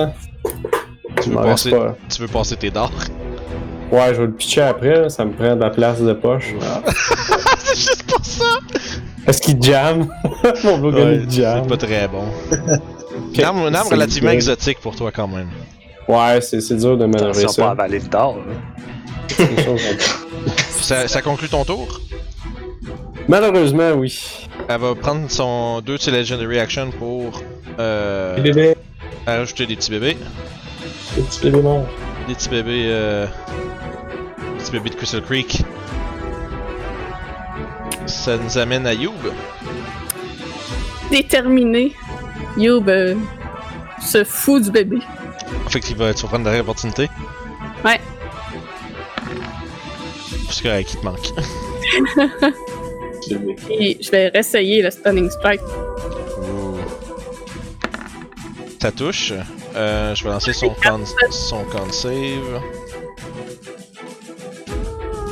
Il veux, m'en reste passer, pas. tu veux passer tes dards. Ouais, je vais le pitcher après, là, ça me prend de la place de poche. c'est juste pour ça! Est-ce qu'il jam? Mon blowgun Ouais, il jam. c'est pas très bon. Une arme, une arme C'est relativement bien. exotique pour toi, quand même. Ouais, c'est c'est dur de manœuvrer Attention pas à ça. avaler le dard. hein. là. C'est une chose comme- Ça, ça conclut ton tour. Malheureusement, oui. Elle va prendre son 2 de Legendary Action pour euh, Les bébés, ajouter des petits bébés. les petits bébés morts. Des petits bébés. Euh, des petits bébés de Crystal Creek. Ça nous amène à Youb. Déterminé, Youb euh, se fout du bébé. Fait qu'il va, tu vas prendre derrière l'opportunité. Ouais. Parce que qui te manque. Petits bébés. Et je vais réessayer le Stunning Strike. Ça touche. Euh, je vais lancer son con, son con save.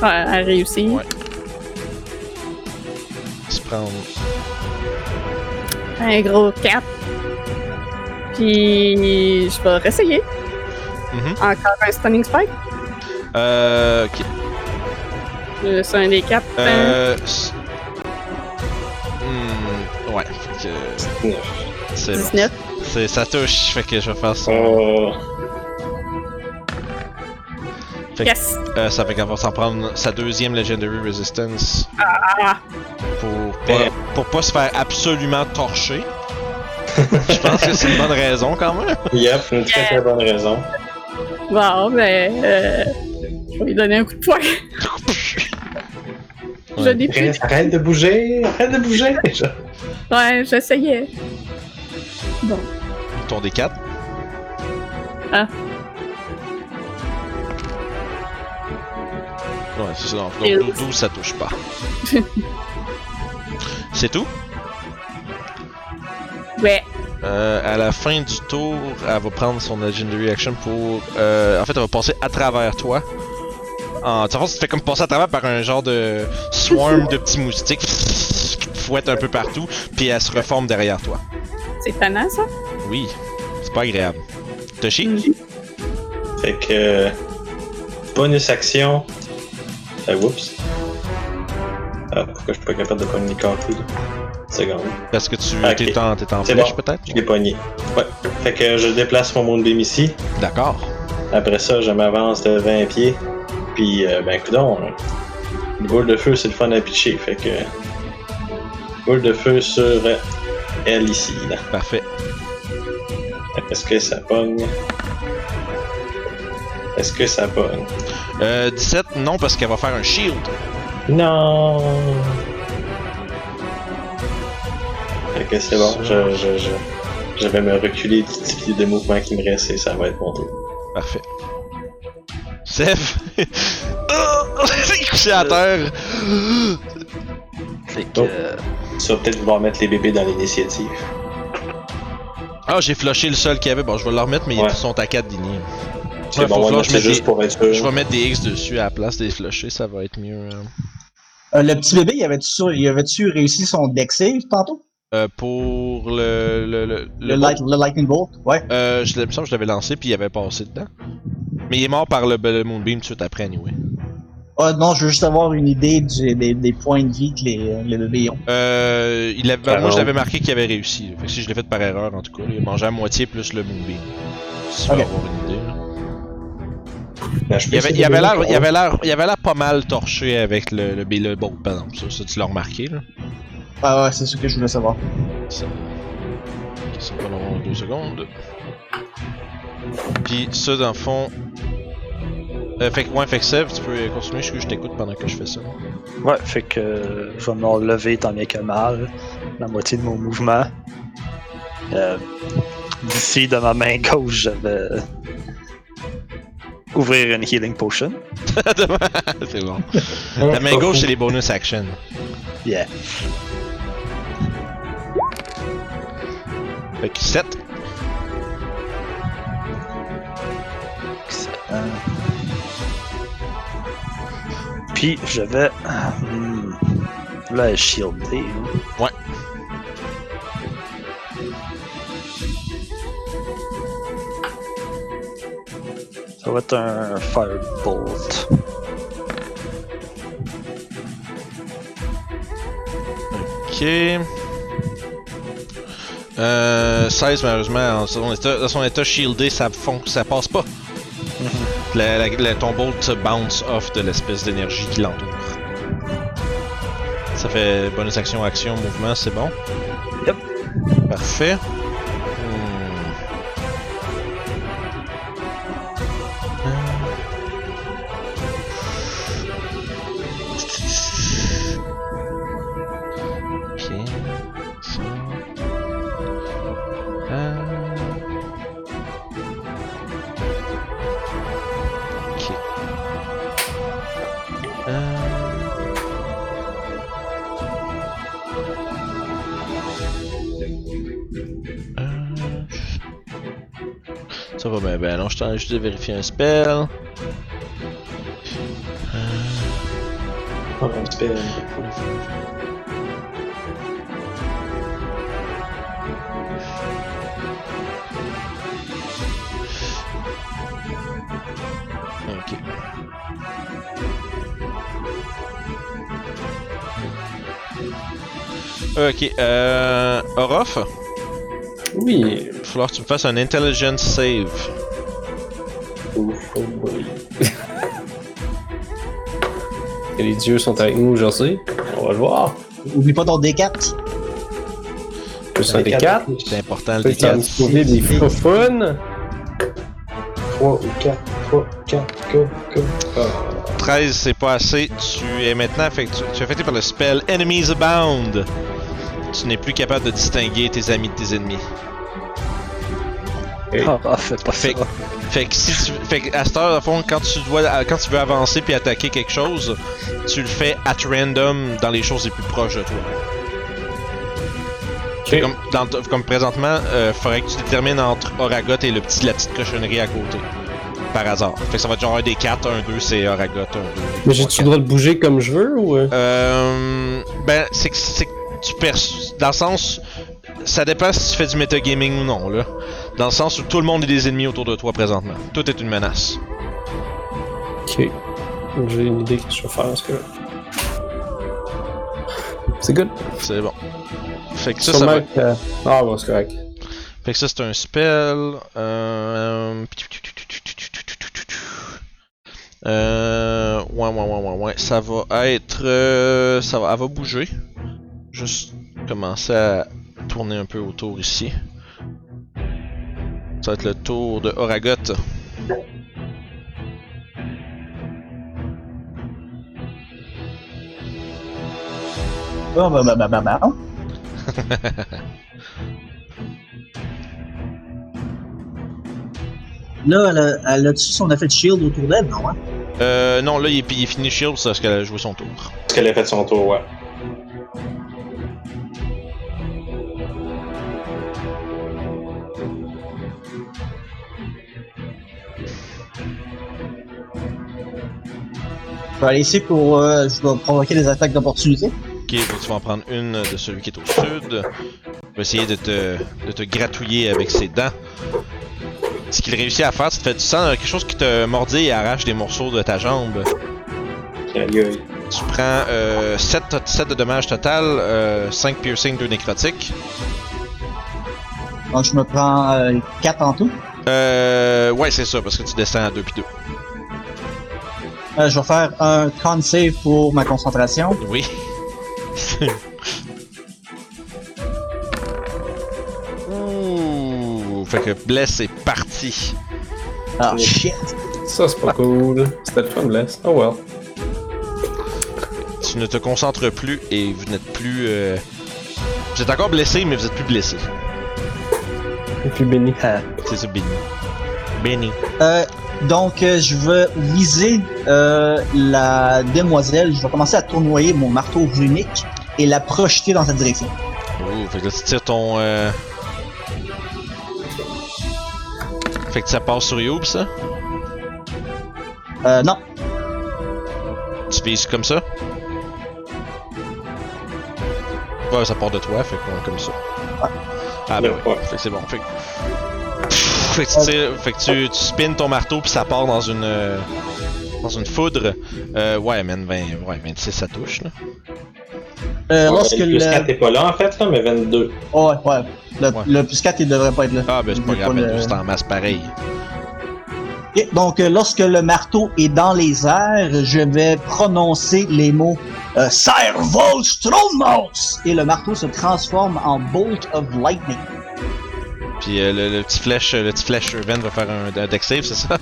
Ouais, elle réussit. Ouais. Il se prend Un gros 4. Puis je vais réessayer. Mhm. Encore un Stunning Spike. Euh, ok. Euh, C'est un des hein. 4. Euh. s- Hmm, ouais, fait que. C'est bon. 19. C'est- Ça touche, fait que je vais faire ça. Oh, Fait que- Yes. Euh, ça fait qu'elle va s'en prendre sa deuxième Legendary Resistance. Ah. Pour pas, pour pas se faire absolument torcher. je pense que c'est une bonne raison quand même. yep, une très très bonne raison. Bon, ben. euh, je vais lui donner un coup de poing. Je Ouais. n'ai plus. Arrête, arrête de bouger, arrête de bouger. Ouais, j'essayais. Ton D4. Ah. Ouais, c'est ça. Donc Et- 12, 12, ça touche pas. c'est tout. Ouais. Euh, à la fin du tour, elle va prendre son Legendary Action pour. euh, en fait, elle va passer à travers toi. En en fait, tu te fais comme passer à travers par un genre de swarm de petits moustiques qui te fouettent un peu partout, puis elle se reforme derrière toi. C'est tannant, ça? Oui, c'est pas agréable. Toshi? Mm. Fait que. euh, Bonus action. Ah, whoops. Ah, pourquoi je suis pas capable de pogner le carré, là? Une Seconde. Parce que tu Ok. t'es en, t'es en C'est flèche bon. peut-être? Je l'ai pogné. Ouais. Fait que je déplace mon moonbeam ici. D'accord. Après ça, je m'avance de 20 pieds. Puis, euh, ben, coudon. euh, Une boule de feu, c'est le fun à pitcher. Fait que. Boule de feu sur euh, elle ici, là. Parfait. Est-ce que ça pogne? Est-ce que ça pogne? Euh, 17, non, parce qu'elle va faire un shield. Non! Fait que c'est bon, je, je, je, je vais me reculer du petit pied de mouvement qui me reste et ça va être mon tour. Parfait. Seth! Ah! Il est couché à terre! Fait que, Oh. euh, Tu vas peut-être vouloir mettre les bébés dans l'initiative. Ah, j'ai flushé le seul qu'il y avait. Bon, je vais le remettre, mais Ouais. ils sont à 4 dignes. C'est Ouais, faut bon, que ouais, je c'est mette juste des- pour être sûr. Je vais mettre des X dessus à la place des flushés, ça va être mieux. hein. Euh, le petit bébé, il avait-tu sur- il avait-tu réussi son deck save tantôt? Euh, pour le. Le, le, Le, le- light- le Lightning Bolt? Ouais. Euh, je l'ai- il me semble que je l'avais lancé, puis il avait passé dedans. Mais il est mort par le, le Moonbeam tout de suite après, anyway. Ah non, je veux juste avoir une idée du- des, des points de vie que les, les bébés ont. Euh, il avait, moi, Quarante. je l'avais marqué qu'il avait réussi. Fait que si je l'ai fait par erreur, en tout cas, il a mangé à moitié plus le Moonbeam. Si tu veux Ok. avoir une idée. là. Ben, je peux Il avait, essayer il avait de l'air, les- il avait l'air, il avait l'air pas mal torché avec le, le, le bon, par exemple. Ça, ça, tu l'as remarqué, là. Ah ouais, c'est ce que je voulais savoir. Ok, Ça va dans deux secondes. Puis ça, dans le fond. Euh, fait que, ouais, fait que Sev, tu peux euh, continuer, je, je t'écoute pendant que je fais ça. Ouais, fait que euh, je vais me relever tant bien que mal, la moitié de mon mouvement. Euh, D'ici, de ma main gauche, je vais ouvrir une healing potion. c'est bon. La main gauche, c'est les bonus action. Yeah. Fait que 7. Euh. Puis je vais. Hmm. Là, shielder. là. Ouais. Ça va être un Firebolt. Ok. Euh, 16, malheureusement, en son état, dans son état shieldé, ça, fon- ça passe pas. Mm-hmm. La- la- la- ton bolt bounce off de l'espèce d'énergie qui l'entoure. Ça fait bonus action, action, mouvement, c'est bon. Yep. Parfait. Hmm. Ok. Ça. Euh. Ok. Euh. Euh. Ça va bien, ben non, je t'en juste de vérifier un spell. Oh, mon spell. Ok. Ok, euh. Orof, Oui. il va falloir que tu me fasses un intelligence save. Ouf, oh boy. Et les dieux sont avec nous aujourd'hui. On va le voir. Oublie pas ton D4. Plus un des quatre. C'est important le Peut-être D4. en trouver des foufounes. 3 ou 4, 3, 4, go, go. 13, c'est pas assez. Tu es maintenant affecté, tu es affecté par le spell Enemies Abound. Tu n'es plus capable de distinguer tes amis de tes ennemis. Ah, ah, fais pas Fait, ça. fait que si tu, fait que à cette heure, au fond, quand tu dois, quand tu veux avancer puis attaquer quelque chose, tu le fais at random dans les choses les plus proches de toi. Ok. Comme, dans t- comme présentement, il faudrait que tu détermines entre Oragot et le petit, la petite cochonnerie à côté. Par hasard. Fait que ça va être genre un des 4, un 2 c'est Oragot, un 2. Mais j'ai-tu le droit de bouger comme je veux ou. euh? Euh, ben, c'est que c'est que tu perds. Dans le sens. Ça dépend si tu fais du metagaming ou non, là. Dans le sens où tout le monde est des ennemis autour de toi présentement. Tout est une menace. Ok. J'ai une idée que je vais faire parce que. C'est good. C'est bon. Fait que ça, ça Sûrement va... que- Ah, bon, c'est correct. Fait que ça, c'est un spell. Euh... Euh... Ouais, ouais, ouais, ouais, ouais. Ça va être. euh, Ça va... Elle va bouger. Juste commencer à tourner un peu autour ici. Ça va être le tour de Oragot. Ah, Oh, bah, bah, bah, bah, bah. Là, elle a- elle a-tu son effet de shield autour d'elle, non? Hein? Euh, non, là, il est, il est fini shield parce qu'elle a joué son tour. Parce qu'elle a fait son tour, ouais. Je vais aller ici pour. euh, je vais provoquer des attaques d'opportunité. Ok, donc tu vas en prendre une de celui qui est au sud. Il va essayer de te, de te gratouiller avec ses dents. Ce qu'il réussit à faire, c'est que tu sens quelque chose qui te mordit et arrache des morceaux de ta jambe. Aïe, aïe. Tu prends euh, 7, de dommages total, euh, 5 piercing, 2 nécrotiques. Donc, je me prends 4 en tout. Euh, ouais, c'est ça, parce que tu descends à 2 puis 2. Euh, je vais faire un con save pour ma concentration. Oui. Ouh, fait que Bless est parti. Ah, shit. Ça, c'est pas cool. C'était le fun, Bless. Oh well. Tu ne te concentres plus et vous n'êtes plus. euh, Vous êtes encore blessé, mais vous n'êtes plus blessé. Et puis béni. C'est ça, Benny. Benny. Euh, donc, euh, je vais viser euh, la demoiselle. Je vais commencer à tournoyer mon marteau runique et la projeter dans cette direction. Ouh, Oh, fait que là, tu tires ton. euh, Fait que ça passe sur Youb, ça? Euh, non. Tu vises comme ça? Ouais, ça part de toi, fait qu'on comme ça. Ah, ben oui. Fait que c'est bon. Fait que... Pfff, Fait que, tu, tires- fait que tu, tu spins ton marteau puis ça part dans une euh, dans une foudre. Euh, ouais, man, 20, ouais, 26 ça touche là. Euh, Ouais, lorsque le plus le. 4 t'es pas là en fait, là, mais 22. Oh, ouais, ouais. Le, Ouais. le plus 4, il devrait pas être là. Ah ben c'est pas Il est grave, pas mais le- c'est en masse pareil. Ok, donc, euh, lorsque le marteau est dans les airs, je vais prononcer les mots euh, Servolstromos! Et le marteau se transforme en Bolt of Lightning. Puis euh, le, le petit flèche, le petit flèche Urban va faire un, un deck save, c'est ça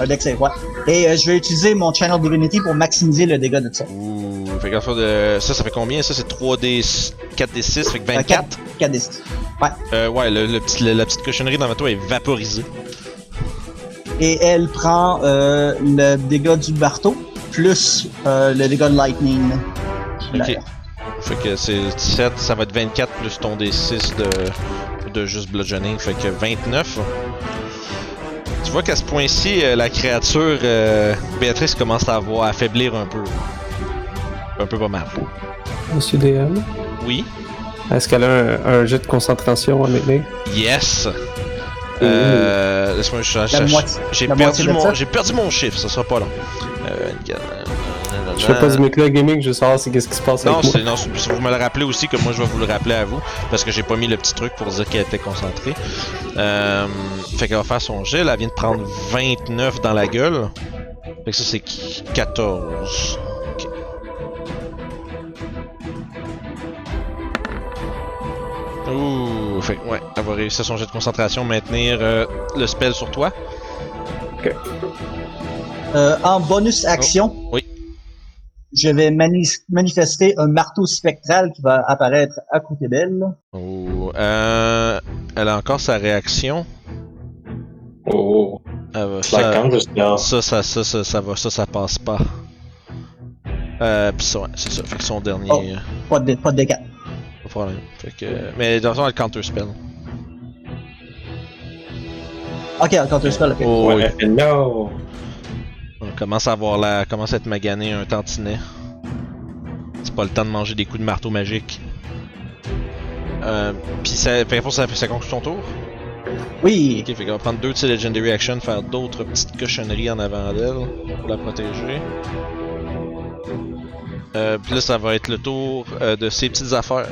Un deck save, ouais. Et euh, je vais utiliser mon Channel Divinity pour maximiser le dégât de ça. Ouh, fait qu'en sorte de ça ça fait combien ça c'est 3d 4d6 fait que 24. 4d6. Euh, ouais, le, le petit, le- la petite cochonnerie dans toi est vaporisée. Et elle prend euh, le dégât du marteau plus euh, le dégât de Lightning. Ok. Fait que c'est 17, ça va être 24 plus ton D6 de, de juste bludgeoning, fait que 29. Tu vois qu'à ce point-ci, euh, la créature, euh, Béatrice commence à avoir à affaiblir un peu. Un peu pas mal. Monsieur DM. Oui. Est-ce qu'elle a un, un jet de concentration à maintenir? Yes. Euh, Laisse-moi je- je- La je- moitié- J'ai la moitié perdu, de mon- ça? j'ai perdu mon chiffre, ça sera pas long. Euh, Je fais pas du Mecla Gaming, je veux savoir c'est qu'est-ce qui se passe Non, avec moi. c'est non, c'est- si vous me le rappelez aussi, que moi je vais vous le rappeler à vous, parce que j'ai pas mis le petit truc pour dire qu'elle était concentrée. Euh, fait qu'elle va faire son gel, elle vient de prendre 29 dans la gueule. Fait que ça c'est qui- 14. Ok. Ouh, fait que, ouais, elle va réussir son jet de concentration, maintenir euh, le spell sur toi. Euh, en bonus action, Oh, oui. je vais mani- manifester un marteau spectral qui va apparaître à côté d'elle. Ouh, euh, elle a encore sa réaction. Oh, oh. Elle va Slack faire- quand jusqu'à. Ça, ça, ça, ça, ça va, ça, ça passe pas. Euh, pis ça, ouais, c'est ça. Fait que son dernier. Oh. euh, Pas de, pas de dégâts. pas de problème. Fait que. euh, Mais dans le fond, elle counter spell. Ok, encore un spell. ok. Oh, oui. Ouais, mais non! On commence à avoir la. commence à être magané un tantinet. C'est pas le temps de manger des coups de marteau magique. Euh, pis ça, fait que ça, ça conclut son tour. Oui, Ok, fait qu'on va prendre deux de ses Legendary Action, faire d'autres petites cochonneries en avant d'elle pour la protéger. Euh, puis là, ça va être le tour euh, de ses petites affaires.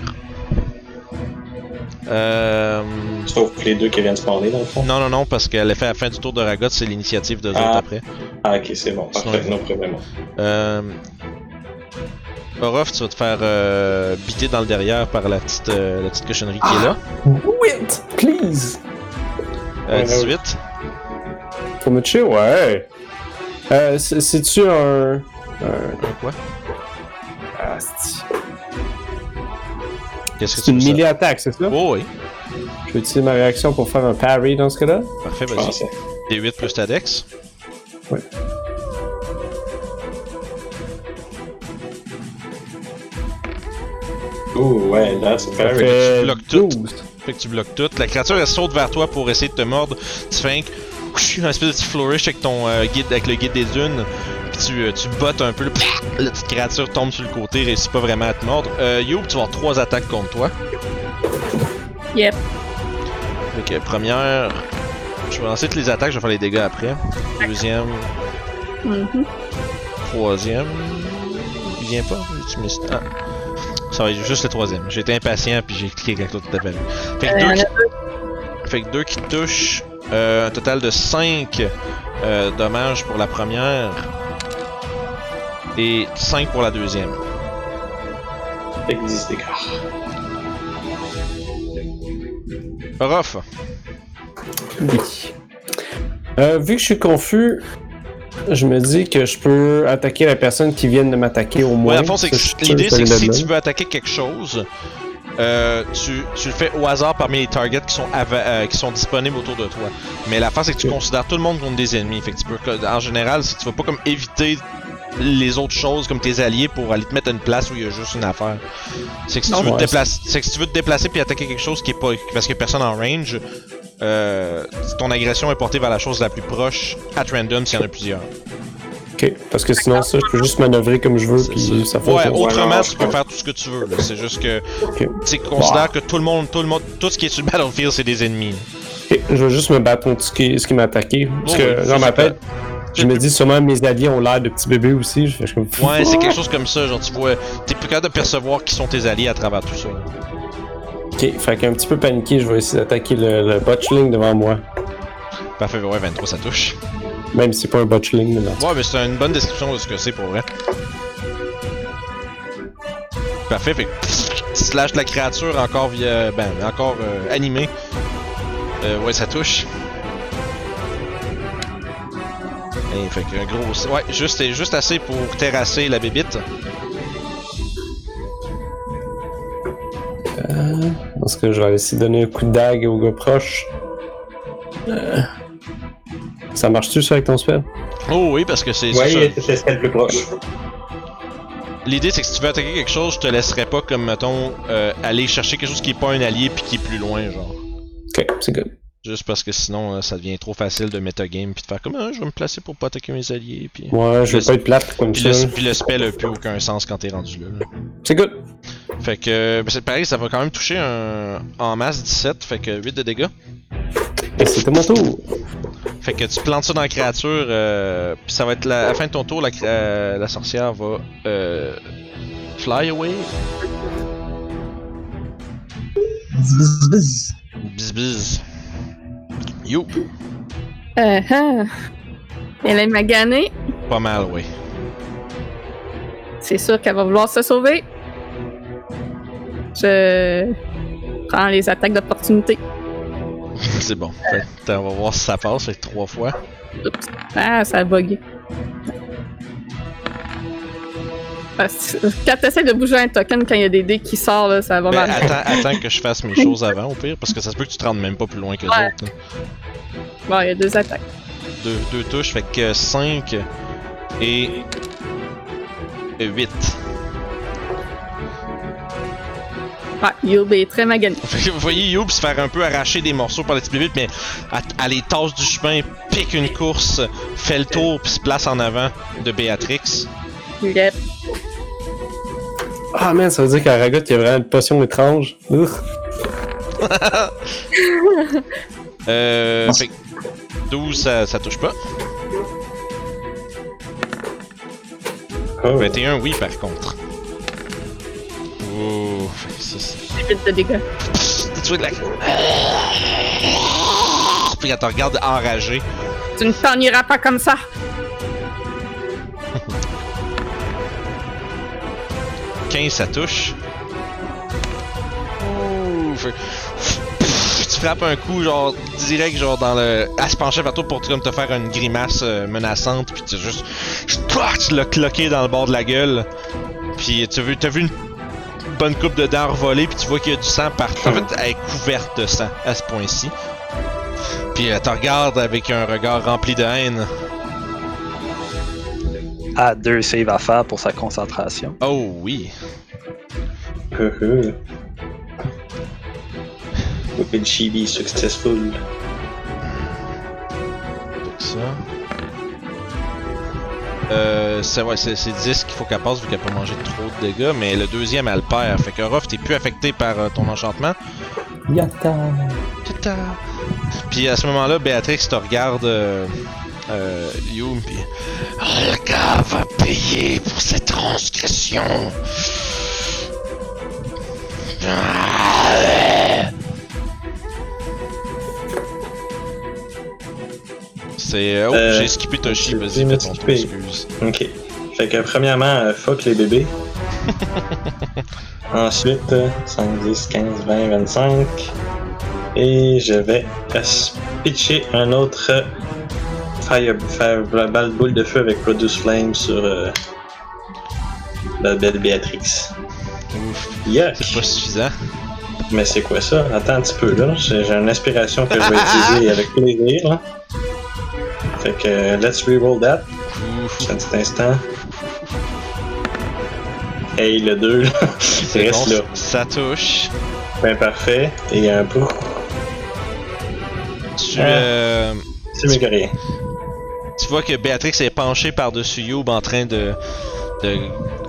Euh, Sauf les deux qui viennent spawner dans le fond. Non, non, non, parce qu'elle a fait à la fin du tour de Ragot, c'est l'initiative de Ah. après. Ah, ok, c'est bon, parfait, Sinon- non problème. Euh... Orof, tu vas te faire euh, biter dans le derrière par la petite, euh, la petite cochonnerie qui Ah. est là. Wait, please! Euh, Ouais, ouais, 18. Pour me tuer, ouais. Euh, c'est- c'est-tu un. un. Un quoi asti. Qu'est-ce que C'est tu une veux ça? melee attaque, c'est ça? Oh oui, Je vais utiliser ma réaction pour faire un parry dans ce cas-là. parfait, Je vas-y. pensais. D8 plus ta dex. Ouais. Ouh, ouais, that's Ça very. fait tu bloques tout. 12. Fait que tu bloques tout. La créature elle saute vers toi pour essayer de te mordre. Tu fais un, whoosh, un espèce de petit flourish avec ton euh, guide, avec le guide des dunes. Puis tu, euh, tu bottes un peu. le- Pah! La petite créature tombe sur le côté, réussit pas vraiment à te mordre. Euh, Youb, tu vas avoir trois attaques contre toi. Yep. Fait que première, je vais lancer toutes les attaques, je vais faire les dégâts après. Deuxième, Mhm. troisième. Il vient pas. Tu me- ah. Ça va être juste le troisième. J'étais impatient puis j'ai cliqué quelque chose de t'appelle. Fait que Euh, deux le- Fait que deux qui touchent, euh, un total de 5 dommages pour la première et 5 pour la deuxième. Fait que 10 dégâts. Orof, Oui. Euh, vu que je suis confus, je me dis que je peux attaquer la personne qui vient de m'attaquer au ouais, moins. à fond, c'est que Ça, je suis sûr l'idée ça c'est que le si donne. tu veux attaquer quelque chose, euh, tu, tu le fais au hasard parmi les targets qui sont, ava- euh, qui sont disponibles autour de toi. Mais la fin c'est que tu Ok. considères tout le monde comme des ennemis. Fait que tu peux, en général, si tu vas pas comme éviter les autres choses comme tes alliés pour aller te mettre à une place où il y a juste une affaire. C'est que si Non, tu veux te ouais, déplacer, c'est que si tu veux te déplacer puis attaquer quelque chose qui est pas parce qu'il y a personne en range, euh, ton agression est portée vers la chose la plus proche at random s'il y en a plusieurs. Ok, parce que sinon, ça, je peux juste manœuvrer comme je veux, C'est puis ça Ouais, fonctionne. autrement Ouais, tu peux faire tout ce que tu veux. là. C'est juste que Ok. Bah. tu sais, considère que tout le monde, tout le monde, tout ce qui est sur le battlefield c'est des ennemis. Ok, je vais juste me battre contre ce qui, ce qui m'a attaqué. Parce Oh, oui, que ça, dans ma c'est tête, je me dis sûrement mes alliés ont l'air de petits bébés aussi. Je fais je suis comme. Ouais, c'est quelque chose comme ça. Genre tu vois, t'es plus capable de percevoir qui sont tes alliés à travers tout ça. Ok, fait qu'un petit peu paniqué, je vais essayer d'attaquer le, le botchling devant moi. Parfait, ouais, 23 ça touche. Même si c'est pas un botchling, mais non. Ouais, mais c'est une bonne description de ce que c'est pour vrai. Parfait, fait que tu slashes la créature encore via. Ben, encore euh, animée. Euh, ouais, ça touche. Et fait qu'un gros. Ouais, juste, et juste assez pour terrasser la bébite. Parce que je vais essayer de donner un coup de dague au gars proche. Euh, Ça marche-tu ça avec ton spell? Oh oui, parce que c'est. c'est ça. Ouais, c'est celle plus proche. L'idée, c'est que si tu veux attaquer quelque chose, je te laisserai pas, comme mettons, euh, aller chercher quelque chose qui est pas un allié puis qui est plus loin, genre. Ok, c'est good. Juste parce que sinon, euh, ça devient trop facile de metagame puis de faire comme ah, je vais me placer pour pas attaquer mes alliés. Puis, Ouais, je Le veux pas être plate comme puis, ça. le, puis le spell n'a plus aucun sens quand t'es rendu là. là. C'est good. Fait que, euh, ben, c'est pareil, ça va quand même toucher un, en masse 17, fait que 8 de dégâts. Et c'était mon tour. Fait que tu plantes ça dans la créature, euh, puis ça va être la, à la fin de ton tour, la, cré- euh, la sorcière va euh, fly away. Bzz, bzz, bzz. Biz biz. You, Euh, hein. Elle est maganée. pas mal, ouais. C'est sûr qu'elle va vouloir se sauver. Je prends les attaques d'opportunité. c'est bon. Fait que, on va voir si ça passe, fait que 3 fois. Oups. Ah, ça a bugué. Parce que Quand t'essaies de bouger un token, quand il y a des dés qui sortent, là, ça va Ben, mal. attends, attends que je fasse mes choses avant, au pire, parce que ça se peut que tu te rendes même pas plus loin que les Ouais. autres. là. Bon, il y a deux attaques. Deux, deux touches, fait que 5 et 8. Ouais, Youb est très magané. Fait que vous voyez Youb se faire un peu arracher des morceaux par les petites bébites, mais elle, elle les tasse du chemin, pique une course, fait le tour, puis se place en avant de Béatrix. Yep. Ah man, ça veut dire qu'à Ragot, il y a vraiment une potion étrange. Ouh. Euh, fait que 12, ça, ça touche pas. Oh, 21, oui, par contre. Ouh, fait que ça, c'est- C'est vite de dégâts. Tu vois que la. Ah, Puis elle te regarde enragé. Tu ne t'en iras pas comme ça. « 15, ça touche. Ouh, fait- Pff, Tu frappes un coup, genre, direct, genre, dans le. Elle se penchait vers toi pour comme, te faire une grimace euh, menaçante, puis tu juste. Tu l'as cloqué dans le bord de la gueule. Puis tu as vu, t'as vu une. une bonne coupe de dents revolées, puis tu vois qu'il y a du sang partout. En fait, elle est couverte de sang à ce point-ci. Puis elle te regarde avec un regard rempli de haine. hein, À deux saves à faire pour sa concentration. Oh oui. Hehe. Open Chibi successful. Donc ça. Euh, c'est ouais, c'est- c'est 10 qu'il faut qu'elle passe vu qu'elle a pas mangé trop de dégâts, mais le deuxième elle le perd. Fait que Ruff, t'es plus affecté par euh, ton enchantement. Yata. Tata. Puis à ce moment-là, Béatrix te regarde euh, euh, Youm, puis Olga va payer pour cette transgression. C'est. Oh, Euh, j'ai skippé Toshi, j'ai vas-y, fais ton tour, skippé. excuse. Ok. Fait que premièrement, euh, fuck les bébés. Ensuite, euh, 5, 10, 15, 20, 25. Et je vais euh, pitcher un autre euh, fire, fireball boule de feu avec Produce Flame sur euh, la belle Béatrix. Ouf, Yuck! c'est pas suffisant. Mais c'est quoi ça? Attends un petit peu là, j'ai j'ai une inspiration que je vais utiliser avec plaisir. là. Fait que euh, let's reroll that. Ouf, Un petit instant. Hey, le 2, là. c'est Reste bon, là. ça touche. Ben parfait. Et un peu. Tu, Ah. euh, C'est mieux que rien. tu vois que Béatrix est penchée par-dessus Youb en train de, de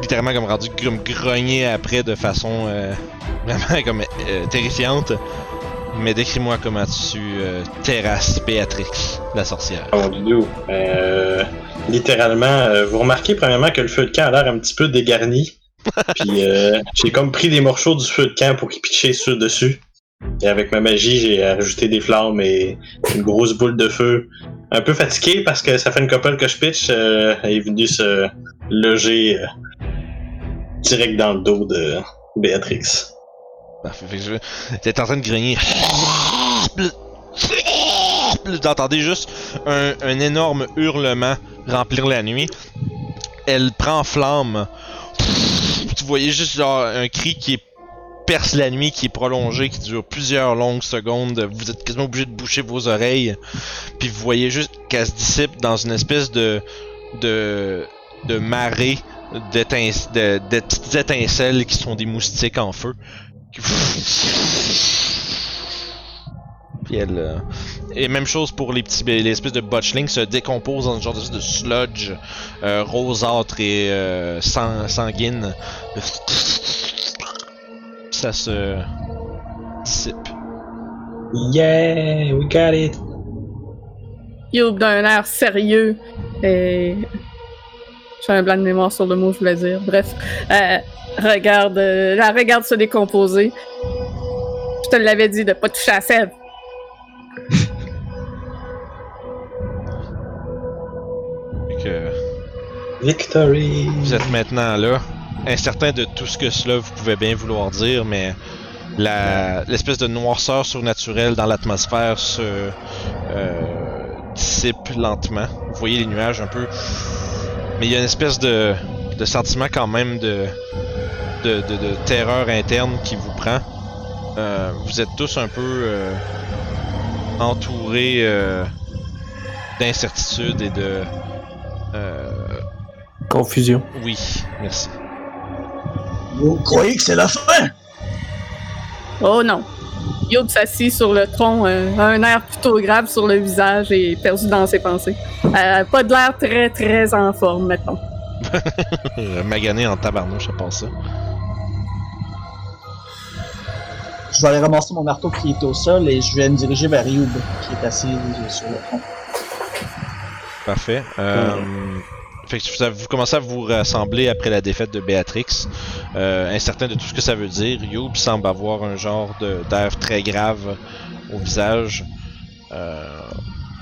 littéralement comme rendu gr- grogner après de façon euh, vraiment comme euh, terrifiante. Mais décris-moi comment tu euh, terrasses Béatrix, la sorcière. Mon doudou. Ben, euh, littéralement, euh, vous remarquez premièrement que le feu de camp a l'air un petit peu dégarni. Puis euh, j'ai comme pris des morceaux du feu de camp pour y pitcher sur dessus. Et avec ma magie, j'ai rajouté des flammes et une grosse boule de feu. Un peu fatigué parce que ça fait une couple que je pitch. euh, elle est venue se loger euh, direct dans le dos de Béatrix. Parfait, fait Bah, que je- T'es en train de grogner. D'entendre juste un, un énorme hurlement remplir la nuit. Elle prend flamme. Tu voyais juste genre un cri qui perce la nuit, qui est prolongé, qui dure plusieurs longues secondes. Vous êtes quasiment obligé de boucher vos oreilles. Puis vous voyez juste qu'elle se dissipe dans une espèce de de de marée d'étinc- de, de petites étincelles qui sont des moustiques en feu. Puis elle. euh, Et même chose pour les petits. Les espèces de botchlings se décomposent dans une genre de, de sludge euh, rosâtre et euh, sang- sanguine. Ça se. dissipe. Yeah, we got it. Youb d'un air sérieux et. J'ai un blanc de mémoire sur le mot, je voulais dire. Bref, euh, regarde, euh, la regarde se décomposer. Je te l'avais dit de pas toucher à Seb. Fait que Victory. vous êtes maintenant là, incertain de tout ce que cela vous pouvait bien vouloir dire, mais la- l'espèce de noirceur surnaturelle dans l'atmosphère se euh, dissipe lentement. Vous voyez les nuages un peu, mais il y a une espèce de, de sentiment quand même de, de, de- de terreur interne qui vous prend. Euh, vous êtes tous un peu euh, entourés euh, d'incertitude et de euh, Confusion. oui, merci. Vous croyez que c'est la fin? Oh non. Youb s'assit sur le tronc, euh, un air plutôt grave sur le visage et perdu dans ses pensées. Euh, pas de l'air très très en forme, mettons. Euh, Magané en tabarnouche à part ça. Je vais aller ramasser mon marteau qui est au sol et je vais me diriger vers Youb qui est assis sur le front. Parfait. Euh, Fait que ça- vous commencez à vous rassembler après la défaite de Béatrix. Euh, incertain de tout ce que ça veut dire, Youb semble avoir un genre de- d'air très grave au visage. Euh,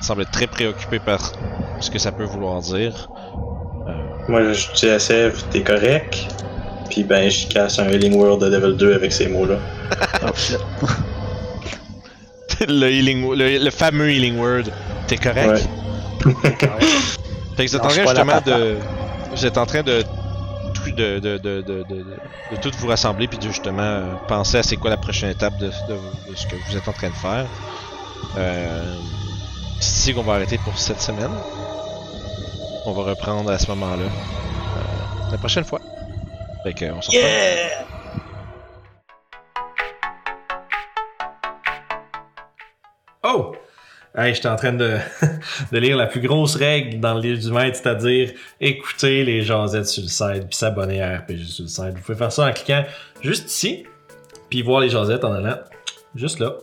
semble être très préoccupé par ce que ça peut vouloir dire. Moi, je dis à Sèvres, t'es correct. Puis ben, je casse un Healing World de level 2 avec ces mots-là. le, healing, wo- le, le fameux healing word. T'es correct? Ouais. Fait que vous êtes en Lâche train pas la justement papa. de. Vous êtes en train de fruit de, de, de, de, de, de- de tout vous rassembler puis de justement euh, penser à c'est quoi la prochaine étape de, de- de ce que vous êtes en train de faire. Euh, c'est ici qu'on va arrêter pour cette semaine. On va reprendre à ce moment-là. euh, la prochaine fois. Fait que, on se reparle. Yeah! Oh! Hey, j'étais en train de, de lire la plus grosse règle dans le livre du maître, c'est-à-dire écouter les jasettes sur le site, puis s'abonner à RPG sur le site. Vous pouvez faire ça en cliquant juste ici, puis voir les jasettes en allant juste là.